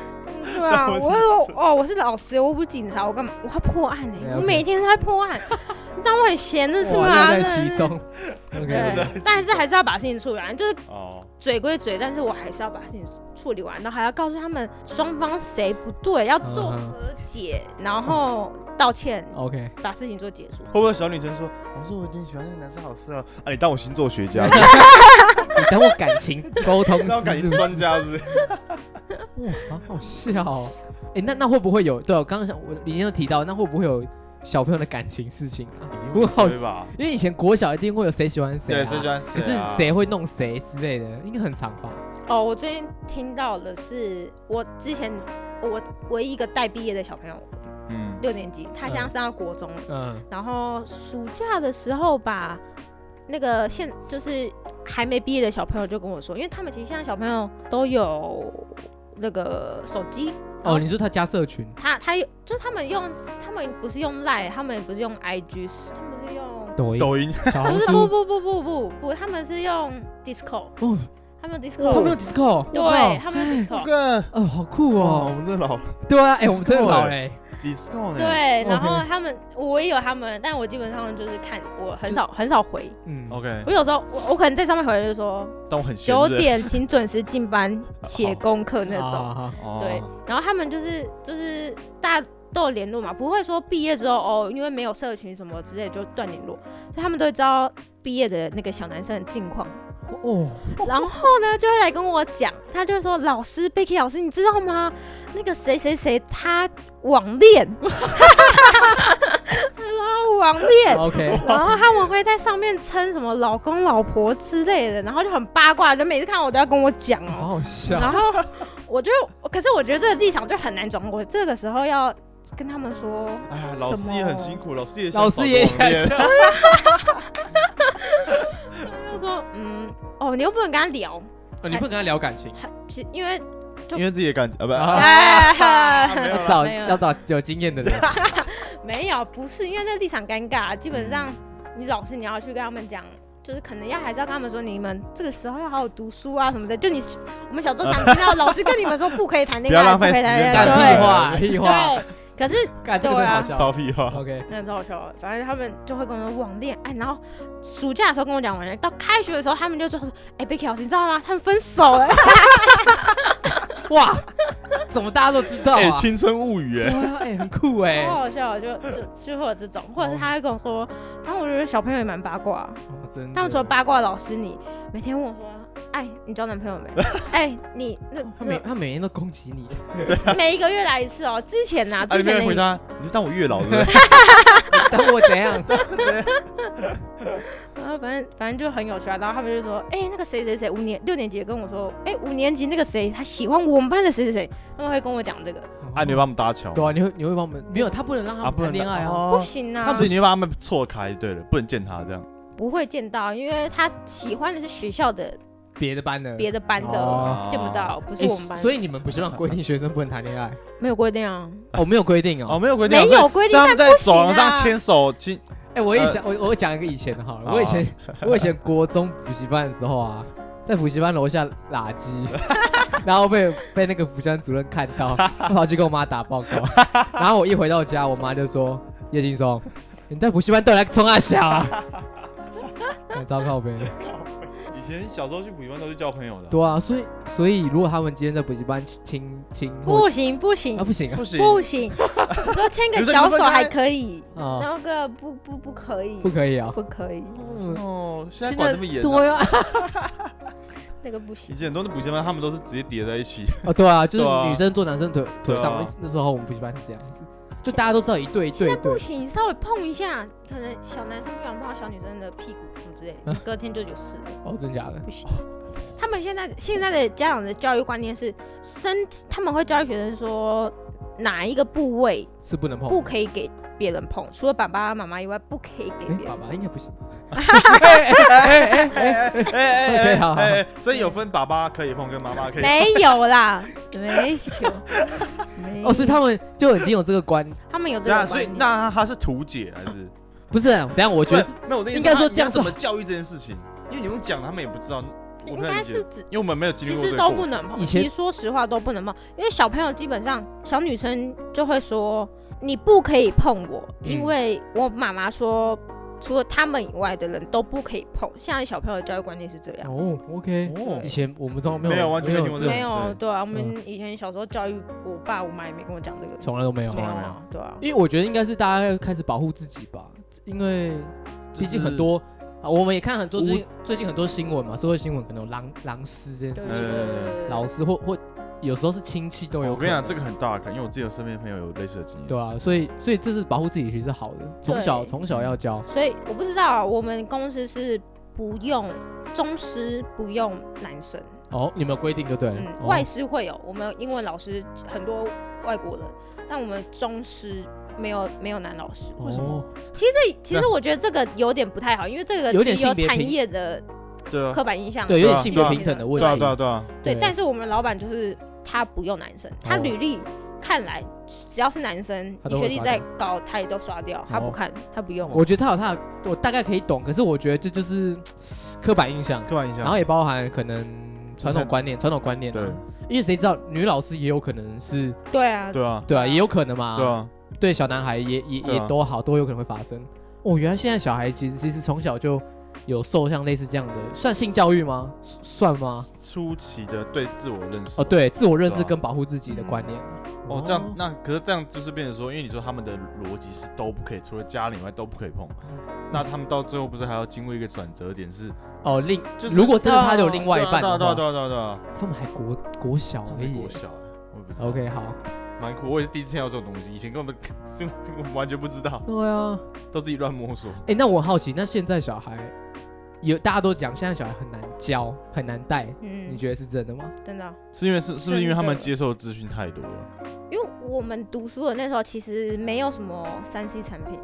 Speaker 3: 对啊，
Speaker 2: 但我是
Speaker 3: 我会说哦，我是老师，我不是警察，我干嘛？我要破案呢、
Speaker 1: 哎
Speaker 3: 我
Speaker 1: OK
Speaker 3: 每天都在破案， 你当我很闲的是
Speaker 1: 哇
Speaker 3: 吗？
Speaker 1: 乐在其中。
Speaker 3: 对
Speaker 1: OK，
Speaker 2: 乐在其中，
Speaker 3: 但是还是要把事情处理完，就是
Speaker 2: 哦，
Speaker 3: 嘴归嘴，但是我还是要把事情处理完，然后还要告诉他们双方谁不对，要做
Speaker 1: 嗯哼哦
Speaker 3: 和解，然后道歉，
Speaker 1: OK，
Speaker 3: 把事情做结束。
Speaker 2: 会不会有小女生说，我说我有点喜欢那个男生好帅哦，啊，你当我星座学 家，是不是
Speaker 1: 你等我感情沟通
Speaker 2: 当我感
Speaker 1: 师是
Speaker 2: 情
Speaker 1: 不是？
Speaker 2: 专家是不是？
Speaker 1: 哇，好好笑哦。哎，那那会不会有？对，我刚刚想，我已经有提到，那会不会有小朋友的感情事情啊？我好，
Speaker 2: 对吧？
Speaker 1: 因为以前国小一定会有谁喜欢谁，
Speaker 2: 对，谁喜？欢谁
Speaker 1: 可是
Speaker 2: 啊？
Speaker 1: 谁会弄谁之类的，应该很常吧？
Speaker 3: 哦，我最近听到的是，我之前我唯一一个待毕业的小朋友，
Speaker 2: 嗯，
Speaker 3: 六年级，他现在上到国中了。
Speaker 1: 嗯
Speaker 3: 然后暑假的时候吧，那个现就是还没毕业的小朋友就跟我说，因为他们其实现在小朋友都有那个手机。
Speaker 1: 哦，你说他加社群
Speaker 3: 他他有，就是他们用，他们不是用 Line，他们也不是用 IG，他们是用，
Speaker 1: 抖音、
Speaker 2: 抖音，
Speaker 1: 小
Speaker 3: 不
Speaker 1: 红
Speaker 3: 是不
Speaker 1: 书，
Speaker 3: 不不不不不，他们是用 Discord，
Speaker 1: 哦，
Speaker 3: 他
Speaker 1: 他们
Speaker 3: 们用 Discord，
Speaker 1: 有 Discord，我
Speaker 3: 对，
Speaker 1: 靠
Speaker 3: 他们用 Discord，
Speaker 2: 个
Speaker 1: 哦，好酷
Speaker 2: 哇，
Speaker 1: 哦
Speaker 2: 我。们这老
Speaker 1: 对啊，哎、我们真的老嘞、
Speaker 2: disco 呢？，
Speaker 3: 对，然后
Speaker 1: OK
Speaker 3: 他们我也有他们，但我基本上就是看，我很少很少回，
Speaker 1: 嗯，
Speaker 2: OK，
Speaker 3: 我有时候我我可能在上面回就说，
Speaker 2: 但我很闲
Speaker 3: 九
Speaker 2: 是不是
Speaker 3: 点请准时进班写功课那种。
Speaker 1: 啊
Speaker 2: 哦
Speaker 3: 对，然后他们就是就是大家都有联络嘛，不会说毕业之后哦，因为没有社群什么之类就断联络，所以他们都会知道毕业的那个小男生的近况。
Speaker 1: 哦，
Speaker 3: 然后呢，就会来跟我讲，他就会说：“老师贝 e 老师，你知道吗？那个谁谁谁他网恋， 他说他网恋。”
Speaker 1: OK，
Speaker 3: 然后他们会在上面称什么老公、老婆之类的，然后就很八卦，就每次看到我都要跟我讲
Speaker 1: 好
Speaker 3: 哦。
Speaker 1: 好笑，
Speaker 3: 然后我就，可是我觉得这个立场就很难转，我这个时候要跟他们说，
Speaker 2: 哎呀，老师也很辛苦，老师也想
Speaker 1: 老师也
Speaker 2: 找个网恋
Speaker 1: 想
Speaker 3: 就说嗯，哦，你又不能跟他聊，
Speaker 1: 哦你不能跟他聊感情，
Speaker 3: 还其实因为就
Speaker 2: 因为自己的感情啊，不
Speaker 1: 啊
Speaker 3: 哎
Speaker 2: 没有
Speaker 1: 要
Speaker 2: 啦
Speaker 1: 找
Speaker 3: 没有
Speaker 1: 要找有经验的人，
Speaker 3: 没有，不是因为那立场尴尬，基本
Speaker 2: 嗯
Speaker 3: 上你老师你要去跟他们讲。就是可能要还是要跟他们说，你们这个时候要好好读书啊什么的。就你我们小时候常听到老师跟你们说不可以谈恋爱，
Speaker 2: 不要浪费
Speaker 3: 可以谈恋
Speaker 2: 时间
Speaker 1: 干
Speaker 2: 对
Speaker 1: 屁
Speaker 3: 爱
Speaker 1: 话屁话，
Speaker 3: 对对。可是
Speaker 1: 干这个真的好啊笑
Speaker 2: 骚屁话，
Speaker 1: ，OK，
Speaker 3: 那超好笑的，反正他们就会跟我说网恋，哎，然后暑假的时候跟我讲网恋，到开学的时候他们就说，哎、b e c k y 老师你知道吗？他们分手了。
Speaker 1: 哇，怎么大家都知道
Speaker 2: 哎，
Speaker 1: 啊？
Speaker 2: 青春物语
Speaker 1: 对
Speaker 2: 哎，
Speaker 1: 啊，哎，很酷哎
Speaker 3: 好，好笑，就就就会有这种，或者是他会跟我说，然后我觉得小朋友也蛮八卦，
Speaker 1: 哦真的。
Speaker 3: 他们除了八卦老师你，每天问我说，哎，你交男朋友没？ 哎，你那
Speaker 2: 哦
Speaker 1: 他每他每天都攻击你，
Speaker 3: 每一个月来一次哦，之前呐，
Speaker 2: 啊，
Speaker 3: 之
Speaker 2: 你没
Speaker 3: 前
Speaker 2: 人
Speaker 3: 的
Speaker 2: 回
Speaker 3: 影
Speaker 2: 答，你是当我月老对不对？
Speaker 1: 当我怎样？
Speaker 3: 然后反正反正就很有趣啊，然后他们就说，哎、那个谁谁谁五年六年级也跟我说，哎、五年级那个谁他喜欢我们班的谁谁谁，他们会跟我讲这个，
Speaker 2: 啊，你会帮他们搭桥，
Speaker 1: 对啊，你会你会帮我们？没有，他不能让他
Speaker 2: 啊，
Speaker 1: 们
Speaker 2: 不
Speaker 1: 谈
Speaker 2: 能
Speaker 1: 恋爱啊。
Speaker 3: 不
Speaker 2: 哦，
Speaker 3: 行啊
Speaker 2: 他，所以你会把他们错开，对了，不能见他这样。
Speaker 3: 不会见到，因为他喜欢的是学校的
Speaker 1: 别的班的，
Speaker 3: 别的班的，
Speaker 1: 哦
Speaker 3: 见不到，不是
Speaker 1: 哎
Speaker 3: 我们班的，
Speaker 1: 所以你们不是让规定学生不能谈恋爱？
Speaker 3: 没有规定啊，
Speaker 1: 哦，没有规定
Speaker 2: 哦，
Speaker 1: 哦。
Speaker 2: 没有规定啊，
Speaker 3: 没
Speaker 2: 所以
Speaker 3: 有规
Speaker 2: 所
Speaker 3: 定
Speaker 2: 以他们在
Speaker 3: 不行
Speaker 2: 走
Speaker 3: 啊
Speaker 2: 廊上牵手亲，
Speaker 1: 哎，我也想，我我讲一个以前的好了。
Speaker 2: 好啊
Speaker 1: 我以前我以前国中补习班的时候啊，在补习班楼下拉鸡， 然后被被那个补习班主任看到，他跑去跟我妈打报告。 然后我一回到家，我妈就说：“叶劲松，你在补习班到底来冲啊小啊？” 很糟糕呗。
Speaker 2: 以前小时候去补习班都是交朋友的啊，
Speaker 1: 对啊，所以所以如果他们今天在补习班亲亲或
Speaker 3: 不行不行
Speaker 1: 啊不行啊
Speaker 2: 不行，
Speaker 3: 不行，你 说牵个小手还可以，
Speaker 1: 啊
Speaker 3: 那个不不不可以，
Speaker 1: 不可以啊。
Speaker 3: 不可以，
Speaker 1: 嗯
Speaker 2: 哦，现在管这么严啊，
Speaker 1: 对啊，
Speaker 3: 那个不行
Speaker 2: 以，前很多的补习班他们都是直接叠在一起，
Speaker 1: 哦对啊，就
Speaker 2: 对
Speaker 1: 是
Speaker 2: 啊
Speaker 1: 女生坐男生腿腿
Speaker 2: 对
Speaker 1: 上
Speaker 2: 啊，
Speaker 1: 那时候我们补习班是这样子，就大家都知道一对一对一
Speaker 3: 不
Speaker 1: 对，
Speaker 3: 行，稍微碰一下，可能小男生不想碰到小女生的屁股什么之类
Speaker 1: 嗯
Speaker 3: 的，隔天就有事了。
Speaker 1: 哦真假的，
Speaker 3: 不行。
Speaker 1: 哦
Speaker 3: 他们现在现在的家长的教育观念是身体，他们会教育学生说哪一个部位
Speaker 1: 是不能碰，
Speaker 3: 不可以给别人碰，除了爸爸妈妈以外，不可以给
Speaker 1: 哎
Speaker 3: 别
Speaker 1: 爸
Speaker 3: 人。
Speaker 1: 爸应该不行，哎 哎哎哎哎
Speaker 2: 哎哎哎
Speaker 1: OK，好好
Speaker 2: 哎，哎所以有分爸爸可以碰跟妈妈可以碰，
Speaker 3: 没有啦， 没有，没有
Speaker 1: 哦是他们就已经有这个观，
Speaker 3: 他们有这
Speaker 2: 这样，
Speaker 3: 个
Speaker 2: 所以
Speaker 3: 观念。
Speaker 2: 那他他是图解还是？
Speaker 1: 不是，啊等一下我觉得
Speaker 2: 不是没有，我的意思
Speaker 1: 应该
Speaker 2: 是他
Speaker 1: 说这样
Speaker 2: 你要
Speaker 1: 是
Speaker 2: 怎么教育这件事情，因为你用讲他们也不知道，我
Speaker 3: 应
Speaker 2: 不太
Speaker 3: 该
Speaker 2: 理
Speaker 3: 是
Speaker 2: 解，
Speaker 3: 指
Speaker 2: 因为我们没有经
Speaker 3: 其
Speaker 2: 历过这
Speaker 3: 实
Speaker 2: 个
Speaker 3: 都
Speaker 2: 过
Speaker 3: 不
Speaker 2: 程
Speaker 3: 能碰，
Speaker 1: 以前
Speaker 3: 其实说实话都不能碰，因为小朋友基本上小女生就会说你不可以碰我，
Speaker 1: 嗯
Speaker 3: 因为我妈妈说除了他们以外的人都不可以碰。现在小朋友的教育观念是这样。
Speaker 1: 哦 OK，
Speaker 2: 哦
Speaker 1: 以前我们从来没有
Speaker 2: 没有完全没听过这个
Speaker 3: 没有，
Speaker 2: 对
Speaker 3: 对啊，我们以前小时候教育，我爸我妈也没跟我讲这个，
Speaker 1: 嗯从来都没有
Speaker 3: 没，
Speaker 2: 从来没有
Speaker 3: 啊，对啊，
Speaker 1: 因为我觉得应该是大家要开始保护自己吧，因为毕竟很多。啊，我们也看很多最近最近很多新闻嘛，社会新闻可能有狼狼师这件
Speaker 3: 对
Speaker 1: 事
Speaker 3: 对
Speaker 1: 情，
Speaker 3: 对对
Speaker 1: 老师或或有时候是亲戚都有。
Speaker 2: 哦我跟你讲，这个很大可能，因为我自己有身边的朋友有类似的经验。
Speaker 1: 对啊，所以所以这是保护自己其实是好的，从小从小要教。
Speaker 3: 所以我不知道啊，我们公司是不用中师，不用男生，
Speaker 1: 哦，你们有规定就对了。
Speaker 3: 嗯，
Speaker 1: 哦
Speaker 3: 外师会有，我们英文老师很多外国人，但我们中师没有没有男老师，为什么？
Speaker 1: 哦
Speaker 3: 其实这其实我觉得这个有点不太好，因为这个
Speaker 1: 有点
Speaker 3: 其实
Speaker 1: 性
Speaker 3: 有
Speaker 1: 别
Speaker 3: 产
Speaker 1: 平
Speaker 3: 业的
Speaker 2: 对啊，
Speaker 3: 刻板印象，
Speaker 1: 对，有
Speaker 2: 对
Speaker 1: 点
Speaker 2: 啊
Speaker 1: 性别平等的问
Speaker 2: 对啊，
Speaker 1: 题。
Speaker 2: 对啊，对啊，
Speaker 3: 对，
Speaker 1: 对
Speaker 3: 但是我们老板就是他不用男生，他
Speaker 1: 哦
Speaker 3: 履历看来只要是男生，
Speaker 1: 他
Speaker 3: 你
Speaker 1: 都
Speaker 3: 学
Speaker 1: 会
Speaker 3: 历
Speaker 1: 刷
Speaker 3: 再
Speaker 1: 掉
Speaker 3: 高，他也都刷掉，他不
Speaker 1: 哦
Speaker 3: 看，他不用。
Speaker 1: 我觉得他有他的，我大概可以懂，可是我觉得这就是嘖刻板印象，
Speaker 2: 啊刻板印象。
Speaker 1: 然后也包含可能传统观念，传统观念、
Speaker 2: 对
Speaker 1: 啊。因为谁知道女老师也有可能是，
Speaker 3: 对啊，
Speaker 2: 对啊，
Speaker 1: 对啊，也有可能嘛。
Speaker 2: 对啊，
Speaker 1: 对小男孩也也、
Speaker 2: 对啊
Speaker 1: 也都好，都有可能会发生。哦，原来现在小孩其实其实从小就有受像类似这样的，算性教育吗？算吗？
Speaker 2: 初期的对自我认识
Speaker 1: 哦，。对，自我认识
Speaker 2: 对啊
Speaker 1: 跟保护自己的观念啊。
Speaker 3: 嗯
Speaker 2: 哦，这样那可是这样就是变成说，因为你说他们的逻辑是都不可以，除了家里以外都不可以碰。
Speaker 3: 嗯
Speaker 2: 那他们到最后不是还要经过一个转折点是？
Speaker 1: 哦，另
Speaker 2: 就是
Speaker 1: 如果真的他有另外一半
Speaker 2: 对啊
Speaker 1: 的
Speaker 2: 对啊
Speaker 1: 话，
Speaker 2: 对啊对啊对啊，
Speaker 1: 他们还国国小
Speaker 2: 他们
Speaker 1: 而已
Speaker 2: 国。小，我也不知道。
Speaker 1: OK，好，
Speaker 2: 蛮酷，我也是第一次听到这种东西，以前根本 这这我完全不知道，
Speaker 1: 对啊。
Speaker 2: 都自己乱摸索。
Speaker 1: 哎，那我好奇，那现在小孩有大家都讲，现在小孩很难教，很难带，
Speaker 3: 嗯
Speaker 1: 你，觉得是真的吗？
Speaker 3: 真的啊，
Speaker 2: 是因为是是不是因为他
Speaker 3: 真
Speaker 2: 们
Speaker 3: 的
Speaker 2: 接受的资讯太多了？
Speaker 3: 因为我们读书的那时候其实没有什么三 C 产品，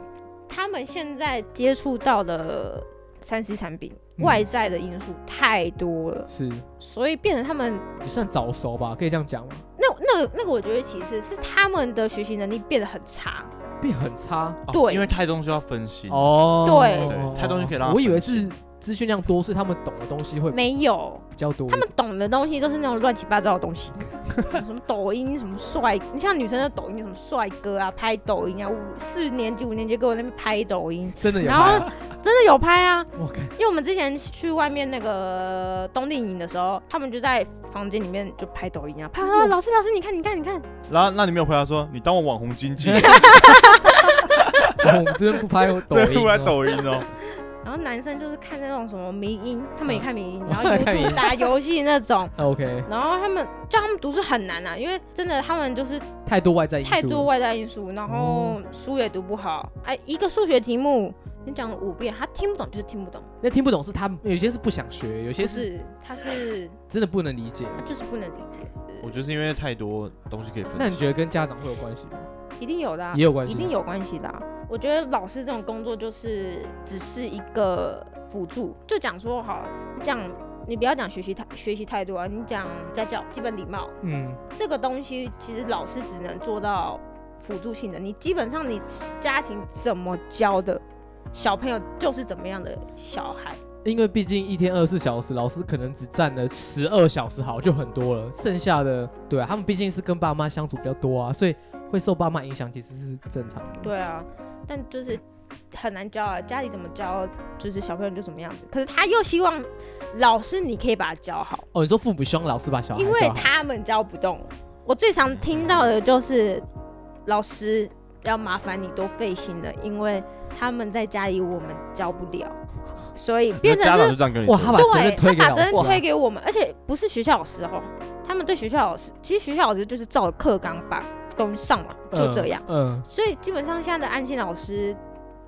Speaker 3: 他们现在接触到的三 C 产品，
Speaker 1: 嗯
Speaker 3: 外在的因素太多了，
Speaker 1: 是，
Speaker 3: 所以变成他们
Speaker 1: 你算早熟吧，可以这样讲吗？
Speaker 3: 那那那个，我觉得其实是他们的学习能力变得很差。
Speaker 1: 变很差
Speaker 2: 哦
Speaker 3: 对
Speaker 2: 因为太多东西要分析。
Speaker 1: 哦。
Speaker 3: 对
Speaker 2: 对太多东西可以让他
Speaker 1: 我以为
Speaker 2: 分
Speaker 1: 是资讯量多，是他们懂的东西会
Speaker 3: 没有，
Speaker 1: 较多一
Speaker 3: 他
Speaker 1: 点。
Speaker 3: 们懂的东西都是那种乱七八糟的东西， 什么抖音，什么帅，你像女生的抖音，什么帅哥啊，拍抖音啊，五四年级、五年级给我那边拍抖音，
Speaker 1: 真的有
Speaker 3: 然
Speaker 1: 拍
Speaker 3: 后
Speaker 1: 啊，
Speaker 3: 真的有拍啊，
Speaker 1: 我看
Speaker 3: 因为我们之前去外面那个冬令营的时候，他们就在房间里面就拍抖音啊，拍啊，老师老师你看你看你看，
Speaker 2: 然后那你没有回答说你当我网红经 济，
Speaker 1: 我们这边不拍 有抖
Speaker 2: 对，
Speaker 1: 音，
Speaker 2: 我来，抖音哦，
Speaker 3: 然后男生就是看那种什么迷音，他们也 看迷音，
Speaker 1: 嗯
Speaker 3: 然后
Speaker 1: 看迷音
Speaker 3: YouTube 打游戏那种。
Speaker 1: OK，
Speaker 3: 然后他们叫他们读书很难啊，因为真的他们就是
Speaker 1: 太多外在因素，
Speaker 3: 太多外在因素，然后书也读不好。哎，一个数学题目你讲了五遍，他听不懂就是听不懂，
Speaker 1: 那听不懂是他们有些是不想学，有些
Speaker 3: 不
Speaker 1: 是
Speaker 3: 是他是
Speaker 1: 真的不能理解。
Speaker 3: 他就是不能理解，
Speaker 2: 我觉得是因为太多东西可以分
Speaker 1: 那你
Speaker 2: 析
Speaker 1: 觉。得跟家长会有关系吗？
Speaker 3: 一定有的、啊，
Speaker 1: 也有关系
Speaker 3: 一定有关系的啊、我觉得老师这种工作就是只是一个辅助，就讲说好，你讲你不要讲学习态学习态度啊，你讲家教、基本礼貌
Speaker 1: 嗯，
Speaker 3: 这个东西，其实老师只能做到辅助性的。你基本上你家庭怎么教的，小朋友就是怎么样的小孩。
Speaker 1: 因为毕竟一天二十四小时，老师可能只占了十二小时，好就很多了，剩下的对啊，他们毕竟是跟爸妈相处比较多啊，所以会受爸妈影响其实是正常的。
Speaker 3: 对啊，但就是很难教啊，家里怎么教，就是小朋友就什么样子。可是他又希望老师你可以把他教好。
Speaker 1: 哦，你说父母希望老师把小孩，
Speaker 3: 因为
Speaker 1: 小孩
Speaker 3: 他们教不动。我最常听到的就是老师要麻烦你多费心了，因为他们在家里我们教不了，所以变
Speaker 2: 那
Speaker 3: 成
Speaker 2: 家长就是这样跟你
Speaker 1: 哇
Speaker 2: 说，
Speaker 1: 他把责
Speaker 3: 对
Speaker 1: 任推给
Speaker 3: 他把
Speaker 1: 老
Speaker 3: 责任
Speaker 1: 师，啊
Speaker 3: 推给我们，而且不是学校老师哦，他们对学校老师，其实学校老师就是照课纲把东西上完，
Speaker 1: 嗯
Speaker 3: 就这样。。
Speaker 1: 嗯，
Speaker 3: 所以基本上现在的安心老师，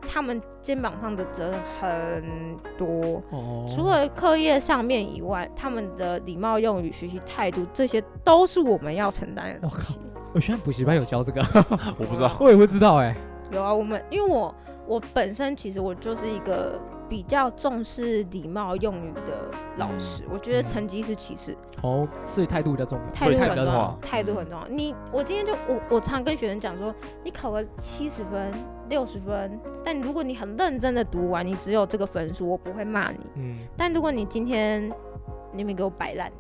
Speaker 3: 他们肩膀上的责任很多。
Speaker 1: 哦，
Speaker 3: 除了课业上面以外，他们的礼貌用语、学习态度，这些都是我们要承担的
Speaker 1: 哦
Speaker 3: 东西。
Speaker 1: 我原来补习班有教这个，
Speaker 2: 我不知道。
Speaker 1: 我也不知道哎。
Speaker 3: 有啊，我们因为我我本身其实我就是一个比较重视礼貌用语的老师，我觉得成绩是其次，
Speaker 1: 哦，所以态度比较重要，
Speaker 3: 态度
Speaker 2: 会
Speaker 3: 很重
Speaker 2: 看
Speaker 3: 要
Speaker 2: 到，
Speaker 3: 态度很重要。你我今天就我我常跟学生讲说，你考个七十分、六十分，但如果你很认真的读完，你只有这个分数，我不会骂你。
Speaker 1: 嗯，
Speaker 3: 但如果你今天呃你们给我摆烂，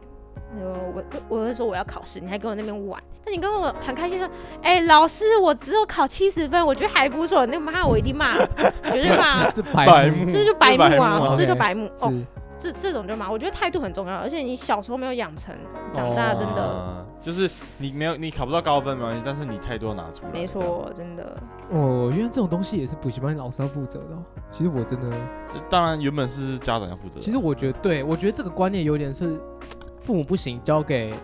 Speaker 3: 呃，我我我会说我要考试，你还跟我那边玩，那你跟我很开心说，哎、老师，我只有考七十分，我觉得还不错，那妈我一定骂，绝对 骂，
Speaker 1: 这
Speaker 2: 白
Speaker 1: 白
Speaker 2: 目
Speaker 1: 目
Speaker 3: 这就白
Speaker 2: 这
Speaker 3: 目
Speaker 2: 白 目
Speaker 3: 啊
Speaker 2: 啊，
Speaker 3: 这就白目哦，
Speaker 1: 是
Speaker 3: 这这种就骂，我觉得态度很重要，而且你小时候没有养成，长大真的、
Speaker 2: 啊就是你没有你考不到高分没关系，但是你态度要拿出来。
Speaker 3: 没
Speaker 2: 这样，
Speaker 3: 错，真的
Speaker 1: 哦，原来这种东西也是补习班老师要负责的哦。其实我真的，
Speaker 2: 这当然原本是家长要负责的。
Speaker 1: 其实我觉得，对我觉得这个观念有点是父母不行，交给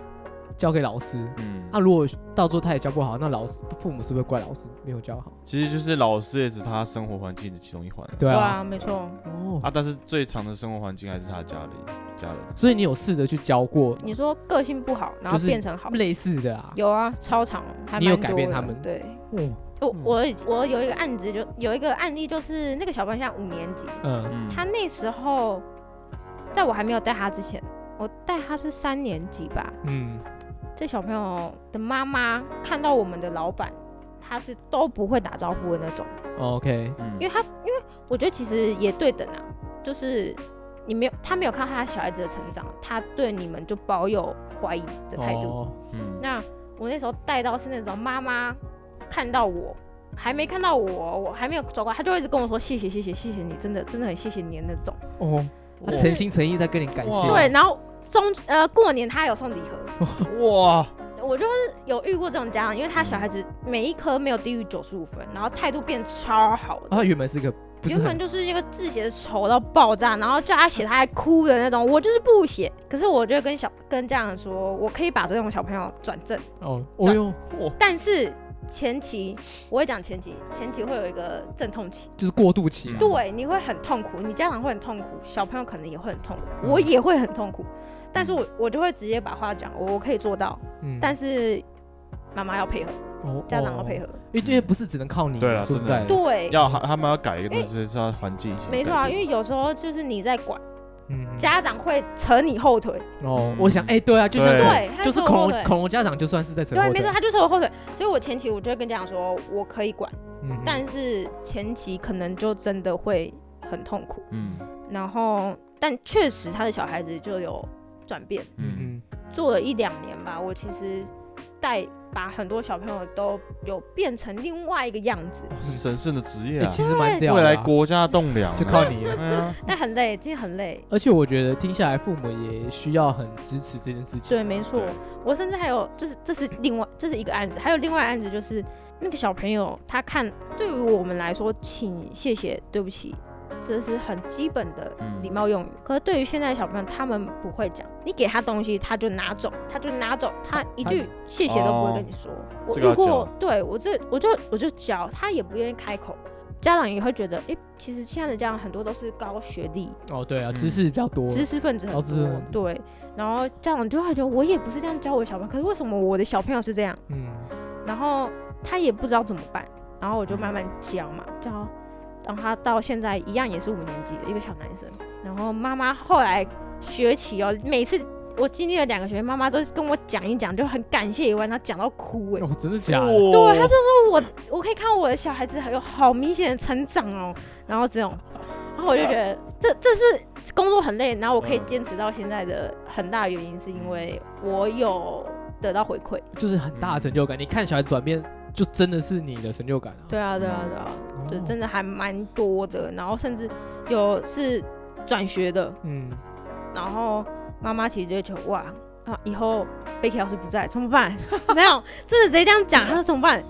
Speaker 1: 交给老师。
Speaker 2: 嗯，
Speaker 1: 那如果到最后他也教不好，那老师父母是不是怪老师没有教好？
Speaker 2: 其实就是老师也只是他生活环境的其中一环啊。
Speaker 1: 对
Speaker 3: 对
Speaker 1: 啊，
Speaker 3: 啊，没错。
Speaker 1: 哦，
Speaker 2: 啊，但是最长的生活环境还是他家里家人。
Speaker 1: 所以你有试着去教过
Speaker 3: 你说个性不好，然后
Speaker 1: 就是
Speaker 3: 变成好，
Speaker 1: 类似的啊？
Speaker 3: 有啊，超常，还
Speaker 1: 你有
Speaker 3: 蛮
Speaker 1: 改
Speaker 3: 多
Speaker 1: 变
Speaker 3: 的
Speaker 1: 他们
Speaker 3: 对。
Speaker 1: 哦，
Speaker 3: 我
Speaker 2: 嗯
Speaker 3: 我已我有一个案子就，有一个案例，就是那个小朋友现在五年级，
Speaker 1: 嗯，
Speaker 2: 嗯，
Speaker 3: 他那时候在我还没有带他之前，我带他是三年级吧。
Speaker 1: 嗯，
Speaker 3: 这小朋友的妈妈看到我们的老板，他是都不会打招呼的那种，
Speaker 1: OK，
Speaker 2: 嗯
Speaker 3: 因为他因为我觉得其实也对等啊，就是你没有他没有看到他小孩子的成长，他对你们就保有怀疑的态度。
Speaker 1: 哦
Speaker 2: 嗯
Speaker 3: 那我那时候带到是那种妈妈看到我还没看到我，我还没有走过来，她就一直跟我说谢谢谢谢谢谢你，真的真的很谢谢你的那种。
Speaker 1: 哦，他
Speaker 3: 就是
Speaker 1: 诚心诚意在跟你感谢，啊
Speaker 2: 哇
Speaker 3: 对，然后中呃过年她有送礼盒，
Speaker 2: 哇，
Speaker 3: 我就是有遇过这种家长，因为他小孩子每一科没有低于九十五分，然后态度变超好的。
Speaker 1: 啊，他原本是一个不是
Speaker 3: 原
Speaker 1: 很
Speaker 3: 本就是一个字写的丑到爆炸，然后叫他写他还哭的那种，我就是不写。可是我就会跟小跟家长说，我可以把这种小朋友转正，
Speaker 1: 哦，哦哟，
Speaker 3: 但是前期我会讲前期，前期会有一个阵痛期，
Speaker 1: 就是过渡期啊嘛，
Speaker 2: 嗯
Speaker 3: 对，你会很痛苦，你家长会很痛苦，小朋友可能也会很痛苦，
Speaker 1: 嗯
Speaker 3: 我也会很痛苦，但是我我就会直接把话讲，我我可以做到，
Speaker 1: 嗯
Speaker 3: 但是妈妈要配合，
Speaker 1: 哦
Speaker 3: 家长要配，合，
Speaker 1: 哦因为因为不是只能靠你，
Speaker 2: 对啊
Speaker 1: 说实
Speaker 2: 真
Speaker 1: 在
Speaker 2: 的
Speaker 1: 的，
Speaker 3: 对，
Speaker 2: 要他他们要改一个东西，就是要环境一起改变。
Speaker 3: 没错啊，因为有时候就是你在管，
Speaker 1: 嗯，
Speaker 3: 家长会扯你后腿，
Speaker 1: 哦
Speaker 2: 嗯，
Speaker 1: 我想，哎，对啊，就像
Speaker 2: 对
Speaker 3: 对，他
Speaker 1: 就是
Speaker 3: 扯我
Speaker 1: 恐
Speaker 3: 后
Speaker 1: 龙
Speaker 3: 腿。
Speaker 1: 恐龙家长就算是在扯
Speaker 3: 对，
Speaker 1: 后
Speaker 3: 没
Speaker 1: 腿
Speaker 3: 错，，他就扯我后腿，所以我前期我就会跟家长说，我可以管，
Speaker 1: 嗯
Speaker 3: 但是前期可能就真的会很痛苦。
Speaker 2: 嗯，
Speaker 3: 然后，但确实他的小孩子就有转变，
Speaker 2: 嗯，
Speaker 1: 嗯
Speaker 3: 做了一两年吧，我其实带把很多小朋友都有变成另外一个样子，
Speaker 2: 哇是神圣的职业
Speaker 1: 欸
Speaker 2: 啊，
Speaker 1: 嗯其实蛮屌的
Speaker 2: 未
Speaker 1: 啊，
Speaker 2: 来国家的栋梁啊
Speaker 1: 就靠你了。
Speaker 3: 嗯
Speaker 2: 对啊，
Speaker 3: 但很累，真的很累。
Speaker 1: 而且我觉得听下来，父母也需要很支持这件事情。
Speaker 3: 对，没错
Speaker 2: 对，
Speaker 3: 我甚至还有，就是这是另外这是一个案子，还有另外案子就是那个小朋友他看，对于我们来说，请谢谢对不起，这是很基本的
Speaker 2: 嗯
Speaker 3: 礼貌用语。可是对于现在的小朋友，他们不会讲，你给他东西他就拿走，他就拿走，他一句谢谢都不会跟你说。我
Speaker 2: 这个
Speaker 3: 遇
Speaker 2: 要
Speaker 3: 过
Speaker 2: 教，
Speaker 3: 对我这我就我就教，他也不愿意开口。家长也会觉得，诶，其实现在的家长很多都是高学历，
Speaker 1: 哦，对啊，
Speaker 2: 嗯
Speaker 1: 知识比较多，
Speaker 3: 知识分子很
Speaker 1: 哦
Speaker 3: 多，
Speaker 1: 知识分子
Speaker 3: 对，然后家长就会觉得我也不是这样教我的小朋友，可是为什么我的小朋友是这样？
Speaker 1: 嗯，
Speaker 3: 然后他也不知道怎么办，然后我就慢慢教嘛，教，让他到现在一样也是五年级的一个小男生，然后妈妈后来学起哦，每次我经历了两个学期，妈妈都跟我讲一讲，就很感谢以外，他讲到哭哎、
Speaker 1: 哦，真的假的？
Speaker 2: 对
Speaker 3: 对，他就说我我可以看我的小孩子还有好明显的成长哦，然后这种，然后我就觉得这这是工作很累，然后我可以
Speaker 2: 嗯
Speaker 3: 坚持到现在的很大原因是因为我有得到回馈。
Speaker 1: 就是很大的成就感。你看小孩转变，就真的是你的成就感啊。
Speaker 3: 对啊，对啊，对啊，
Speaker 1: 哦，
Speaker 3: 就真的还蛮多的，然后甚至有是转学的，
Speaker 1: 嗯，然
Speaker 3: 然后妈妈其实就会觉得哇啊，以后贝克老师不在怎么办？ 没有，真的直接这样讲，他说怎么办？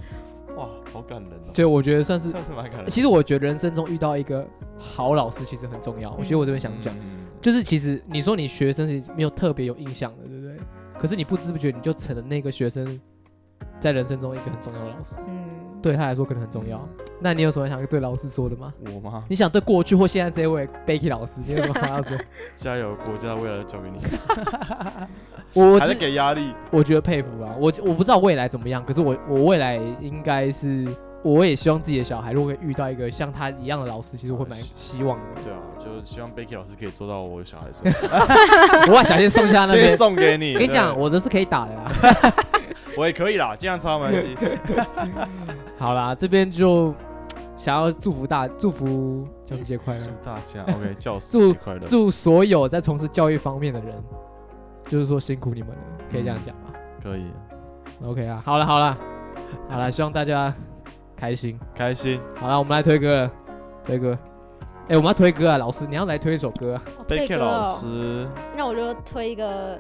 Speaker 2: 哇，好感人哦，
Speaker 1: 所以我觉得算是，
Speaker 2: 算是蛮感人。
Speaker 1: 其实我觉得人生中遇到一个好老师其实很重要。我其实我这边想讲，
Speaker 2: 嗯，
Speaker 1: 就是其实你说你学生是没有特别有印象的，对不对？可是你不知不觉你就成了那个学生在人生中一个很重要的老师，
Speaker 3: 嗯，
Speaker 1: 对他来说可能很重要。那你有什么想对老师说的吗？
Speaker 2: 嗯我吗？
Speaker 1: 你想对过去或现在这位 Becky 老师，你有什么话 要说？
Speaker 2: 加油，国家未来交给你，
Speaker 1: 我我
Speaker 2: 还
Speaker 1: 自
Speaker 2: 在给压力。
Speaker 1: 我觉得佩服啊！我我不知道未来怎么样，可是我我未来应该是，我也希望自己的小孩如果可以遇到一个像他一样的老师，其实我会蛮希望的。
Speaker 2: 对啊，就是希望 Becky 老师可以做到我小孩 身上，
Speaker 1: 我把小叶送下那
Speaker 2: 直接
Speaker 1: 边。
Speaker 2: 送给你。
Speaker 1: 跟你讲，
Speaker 2: 对
Speaker 1: 我的是可以打的啊啦。
Speaker 2: 我也可以啦，这样超没关系。
Speaker 1: 好啦，这边就想要祝福大祝福教师节 快乐
Speaker 2: 祝，大家 OK，教师
Speaker 1: 祝
Speaker 2: 节快乐。
Speaker 1: 祝所有在从事教育方面的人，就是说辛苦你们了，可以这样讲吧
Speaker 2: 可以，
Speaker 1: ？OK 啊，好了好了好了，希望大家开心。
Speaker 2: 开心。
Speaker 1: 好了，我们来推歌了，推歌。哎、我们要推歌啊，老师，你要来推一首歌啊、
Speaker 3: 哦退
Speaker 2: Becky
Speaker 3: 歌
Speaker 2: 老
Speaker 3: 哦。
Speaker 2: 师，
Speaker 3: 那我就推一个，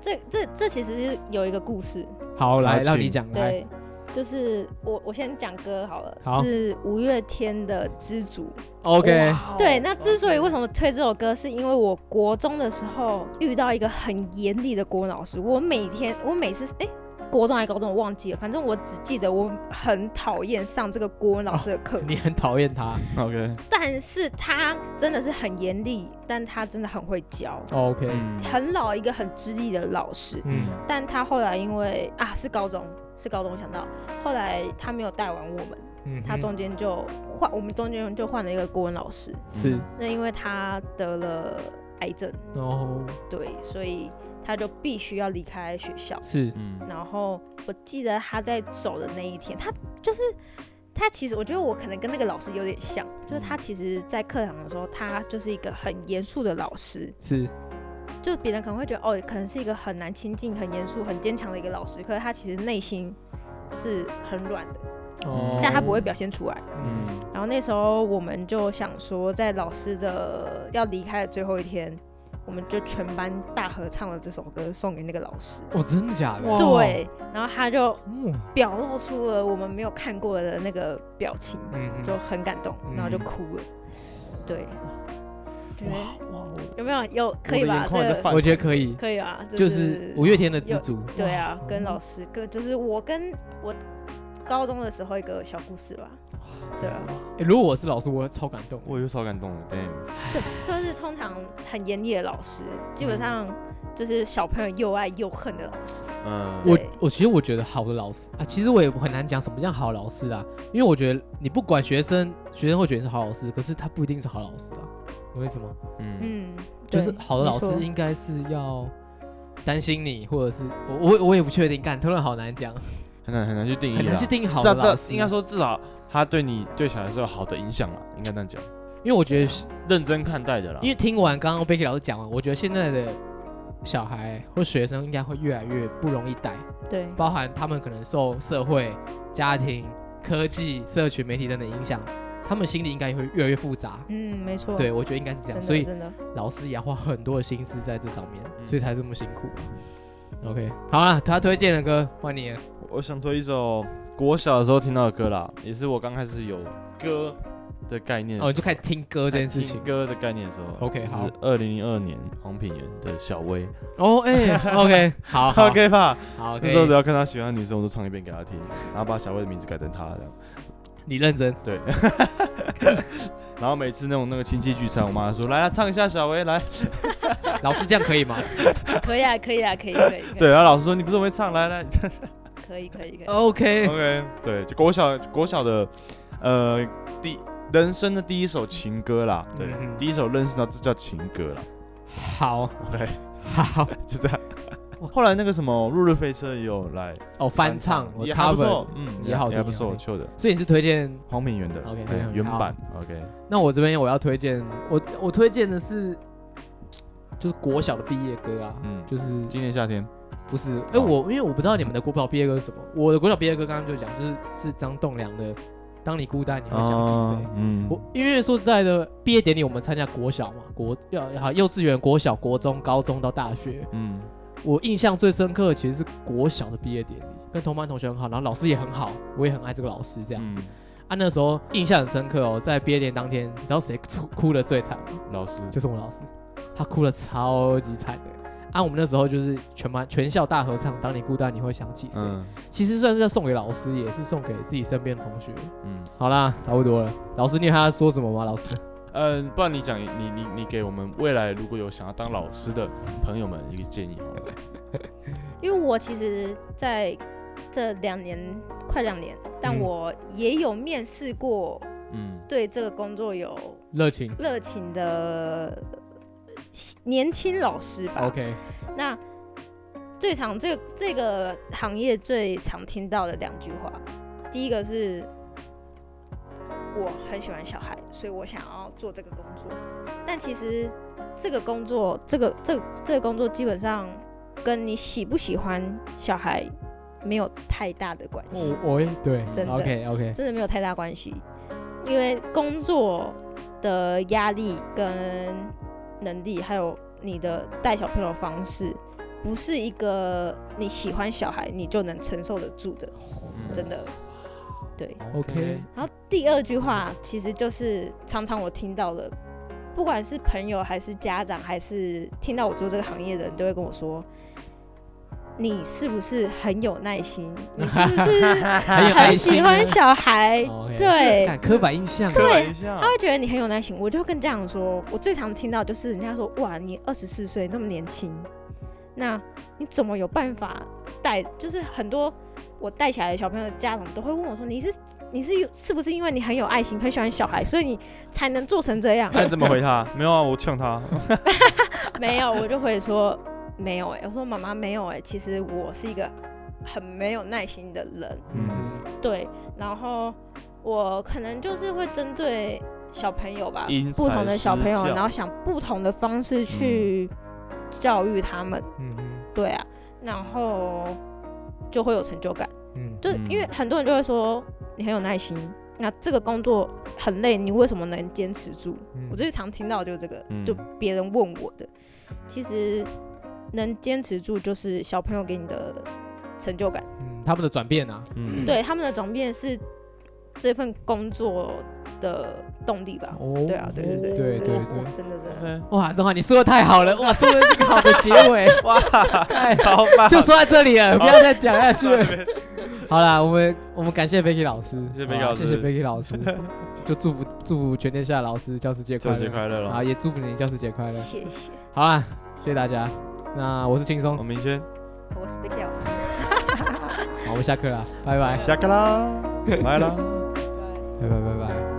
Speaker 3: 这这这其实是有一个故事，
Speaker 1: 好，来
Speaker 2: 好
Speaker 1: 让你
Speaker 2: 请
Speaker 1: 讲来。
Speaker 3: 对，就是我我先讲歌好了，
Speaker 1: 好
Speaker 3: 是五月天的《知足》。
Speaker 1: OK，
Speaker 2: 哦
Speaker 3: 对，那之所以为什么推这首歌，是因为我国中的时候遇到一个很严厉的国文老师，我每天我每次哎。国中还是高中我忘记了，反正我只记得我很讨厌上这个国文老师的课，
Speaker 1: 你很讨厌他。
Speaker 2: OK，
Speaker 3: 但是他真的是很严厉，但他真的很会教，
Speaker 1: OK，
Speaker 2: 嗯
Speaker 3: 很老一个很知意的老师。
Speaker 1: 嗯，
Speaker 3: 但他后来因为啊是高中，是高中我想到，后来他没有带完我们，
Speaker 1: 嗯
Speaker 3: 他中间就换，我们中间就换了一个国文老师。
Speaker 1: 是，
Speaker 3: 那因为他得了癌症，
Speaker 1: 然后
Speaker 3: 对，所以他就必须要离开学校。
Speaker 1: 是，
Speaker 2: 嗯
Speaker 3: 然后我记得他在走的那一天，他就是他其实我觉得我可能跟那个老师有点像，就是他其实在课堂的时候，他就是一个很严肃的老师，
Speaker 1: 是，
Speaker 3: 就别人可能会觉得哦，可能是一个很难亲近、很严肃、很坚强的一个老师，可是他其实内心是很软的，
Speaker 1: 哦，
Speaker 3: 但他不会表现出来。
Speaker 1: 嗯，
Speaker 2: 嗯，
Speaker 3: 然后那时候我们就想说，在老师的要离开的最后一天，我们就全班大合唱了这首歌送给那个老师。
Speaker 1: 哦，真的假的？
Speaker 2: 哇
Speaker 3: 对，然后他就
Speaker 1: 嗯
Speaker 3: 表露出了我们没有看过的那个表情，
Speaker 1: 嗯，
Speaker 3: 就很感动，然后就
Speaker 1: 嗯
Speaker 3: 哭了。对，对，
Speaker 1: 哇哦，
Speaker 3: 有没有有可以
Speaker 2: 我的眼？
Speaker 3: 吧这
Speaker 2: 眶也在
Speaker 3: 个
Speaker 2: 泛
Speaker 1: 我觉得可以，
Speaker 3: 可以吧？
Speaker 1: 就是五月天的知足。
Speaker 3: 对啊，跟老
Speaker 1: 师
Speaker 3: 师跟就是我跟我高中的时候一个小故事吧。对啊，
Speaker 1: 如果我是老师，我会超感动。
Speaker 2: 我有超感动的，damn，
Speaker 3: 对，就是通常很严厉的老师，基
Speaker 1: 嗯
Speaker 3: 本上就是小朋友又爱又恨的老师。
Speaker 2: 嗯
Speaker 1: 我
Speaker 3: 对
Speaker 1: 我其实我觉得好的老师啊，其实我也很难讲什么叫好老师啊，因为我觉得你不管学生，学生会觉得是好老师，可是他不一定是好老师啊，你为什么？
Speaker 2: 嗯，
Speaker 3: 嗯，
Speaker 1: 就是好的老师应该是要担心你，或者是我我也我也不确定，干突然好难讲，
Speaker 2: 很难很难去定义
Speaker 1: 很
Speaker 2: 啦
Speaker 1: 难去。定义好
Speaker 2: 这
Speaker 1: 的
Speaker 2: 这
Speaker 1: 老师，
Speaker 2: 应该，说至少他对你对小孩是有好的影响啦，应该这样讲，
Speaker 1: 因为我觉得，
Speaker 2: 认真看待的啦。
Speaker 1: 因为听完刚刚 Becky 老师讲完，我觉得现在的小孩或学生应该会越来越不容易带，
Speaker 3: 对，
Speaker 1: 包含他们可能受社会、家庭、科技、社群媒体等等影响，他们心里应该也会越来越复杂。
Speaker 3: 嗯，没错，
Speaker 1: 对，我觉得应该是这
Speaker 3: 真
Speaker 1: 样，
Speaker 3: 的
Speaker 1: 所以
Speaker 3: 真的
Speaker 1: 老师也要花很多的心思在这上面，
Speaker 2: 嗯
Speaker 1: 所以才这么辛苦。OK，好了，他推荐的歌换你了，
Speaker 2: 我想推一首国小的时候听到的歌啦，也是我刚开始有歌的概念的时
Speaker 1: 哦，
Speaker 2: 候
Speaker 1: 你就开始听歌这件事情
Speaker 2: 哎听。歌的概念的时候
Speaker 1: OK，好
Speaker 2: 是二零零二年黄品源的小薇
Speaker 1: 哦，哎 ，OK，好好
Speaker 2: ，OK 吧？
Speaker 1: 好，可
Speaker 2: 那时候只
Speaker 1: 以，
Speaker 2: 要看她喜欢的女生，我都唱一遍给她听，然后把小薇的名字改成她这样。
Speaker 1: 你认真。
Speaker 2: 对， 然后每次那种那个亲戚聚餐，我妈就说来啊，唱一下小薇来。
Speaker 1: 老师这样可以吗？
Speaker 3: 可以啊，可以啊，可以，可以，可以
Speaker 2: 对，然后老师说你不是很会唱，来来。
Speaker 3: 可以，可以，
Speaker 1: 哦
Speaker 3: 可以，
Speaker 1: OK，
Speaker 2: OK，对，就国小国小的呃第人生的第一首情歌啦，对，
Speaker 1: 嗯哼
Speaker 2: 第一首认识到这叫情歌啦。
Speaker 1: 好，
Speaker 2: OK，
Speaker 1: 好，
Speaker 2: 就 这样。后来那个什么《入日飞车》也有来
Speaker 1: 哦，翻唱，我
Speaker 2: 也还不
Speaker 1: cover，
Speaker 2: 错，嗯，
Speaker 1: 也好听
Speaker 2: 还不错，
Speaker 1: 也好
Speaker 2: 我秀的
Speaker 1: 所以你是推荐？
Speaker 2: 黄品源的
Speaker 1: OK，
Speaker 2: 嗯
Speaker 1: 黄品源
Speaker 2: 原版 OK，
Speaker 1: 那我这边我要推荐，我我推荐的是，就是国小的毕业歌啊，
Speaker 2: 嗯
Speaker 1: 就是
Speaker 2: 今年夏天
Speaker 1: 不是，哎、
Speaker 2: 哦
Speaker 1: 我因为我不知道你们的国小毕业歌是什么，我的国小毕业歌刚刚就讲，就是是张栋梁的《当你孤单，你会想起谁》
Speaker 2: 啊嗯
Speaker 1: 我因为说实在的，毕业典礼我们参加国小嘛，国要好幼稚园、国小、国中、高中到大学，
Speaker 2: 嗯
Speaker 1: 我印象最深刻的其实是国小的毕业典礼，跟同班同学很好，然后老师也很好，我也很爱这个老师这
Speaker 2: 这
Speaker 1: 样子。啊，那时候印象很深刻哦，在毕业典礼当天，你知道谁哭哭的最惨吗？
Speaker 2: 嗯老师
Speaker 1: 就是我们老师，他哭的超级惨的。啊，我们那时候就是全班全校大合唱，当你孤单你会想起谁？
Speaker 2: 嗯
Speaker 1: 其实算是要送给老师，也是送给自己身边的同学。
Speaker 2: 嗯
Speaker 1: 好啦，差不多了。老师，你还要说什么吗？老师，
Speaker 2: 嗯，不然你讲你你你给我们未来如果有想要当老师的朋友们一个建议好了，
Speaker 3: 因为我其实在这两年快两年，但
Speaker 1: 嗯
Speaker 3: 我也有面试过
Speaker 2: 嗯
Speaker 3: 对这个工作有
Speaker 1: 热情。
Speaker 3: 热情的呃年轻老师吧。
Speaker 1: OK，
Speaker 3: 那最常这个这个行业最常听到的两句话，第一个是我很喜欢小孩，所以我想要做这个工作。但其实这个工作，这个这个这个工作基本上跟你喜不喜欢小孩没有太大的关系。
Speaker 1: 我我也对
Speaker 3: 真的
Speaker 1: ，OK OK，
Speaker 3: 真的没有太大关系，因为工作的压力跟能力，还有你的带小朋友的方式，不是一个你喜欢小孩你就能承受得住的，
Speaker 2: 嗯
Speaker 3: 真的。对，
Speaker 1: OK
Speaker 3: 然后第二句话其实就是常常我听到的，不管是朋友还是家长，还是听到我做这个行业的人，都会跟我说。你是不是很有耐心？你是不 是
Speaker 1: 很有爱
Speaker 3: 很
Speaker 1: 心
Speaker 3: 喜
Speaker 1: 啊。
Speaker 3: 欢 小孩？
Speaker 1: OK，
Speaker 3: 对
Speaker 1: 干刻板印象啊。
Speaker 2: 刻板印象
Speaker 3: 他会觉得你很有耐心。我就跟家长说，我最常听到就是人家说：“哇，你二十四岁这么年轻，那你怎么有办法带？”就是很多我带起来的小朋友的家长都会问我说：“你是你是有是不是因为你很有爱心，很喜欢小孩，所以你才能做成这样
Speaker 2: 那你哎怎么回他？没有啊，我呛他。？”
Speaker 3: 没有，我就会说没有哎、我说妈妈没有哎、其实我是一个很没有耐心的人。
Speaker 2: 嗯，
Speaker 3: 对，然后我可能就是会针对小朋友吧
Speaker 2: 因，
Speaker 3: 不
Speaker 2: 材
Speaker 3: 同的小
Speaker 2: 施
Speaker 3: 朋友，
Speaker 2: 教嗯
Speaker 3: 然后想不同的方式去教育他们，
Speaker 1: 嗯嗯
Speaker 3: 对啊，然后就会有成就感。
Speaker 1: 嗯，
Speaker 3: 就是因为
Speaker 2: 嗯
Speaker 3: 很多人就会说你很有耐心，那这个工作很累，你为什么能坚持住？
Speaker 1: 嗯
Speaker 3: 我最常听到就是这个，
Speaker 2: 嗯
Speaker 3: 就别人问我的，其实能坚持住就是小朋友给你的成就感。
Speaker 1: 嗯他们的转变啊，
Speaker 2: 嗯，
Speaker 3: 对他们的转变是这份工作的动力吧？
Speaker 1: 哦
Speaker 3: 对啊，对对对
Speaker 1: 对对对
Speaker 3: 真的真的。
Speaker 2: OK，
Speaker 1: 哇，东华，你说的太好了，哇，做的是个好的结尾，
Speaker 2: 哇，
Speaker 1: 哎，
Speaker 2: 超棒！
Speaker 1: 就说到这里 了，不要再讲下去
Speaker 2: 说到这
Speaker 1: 了。
Speaker 2: 边
Speaker 1: 好啦，我们我们感谢 Becky 老师，
Speaker 2: 谢谢
Speaker 1: 好
Speaker 2: Becky
Speaker 1: 吧
Speaker 2: 老师
Speaker 1: 谢谢 Becky 老师， 就祝福祝福全天下的老师教师节快
Speaker 2: 教
Speaker 1: 乐，
Speaker 2: 师节快乐
Speaker 1: 啊，
Speaker 2: 了，
Speaker 1: 也祝福你教师节快乐。
Speaker 3: 谢谢，
Speaker 1: 好啦，谢谢大家，那我是轻松
Speaker 2: 我，们先
Speaker 3: 我是 Becky 老师。
Speaker 1: 好，我们下课了，拜拜，
Speaker 2: 下课啦，拜啦。
Speaker 1: 拜拜拜拜。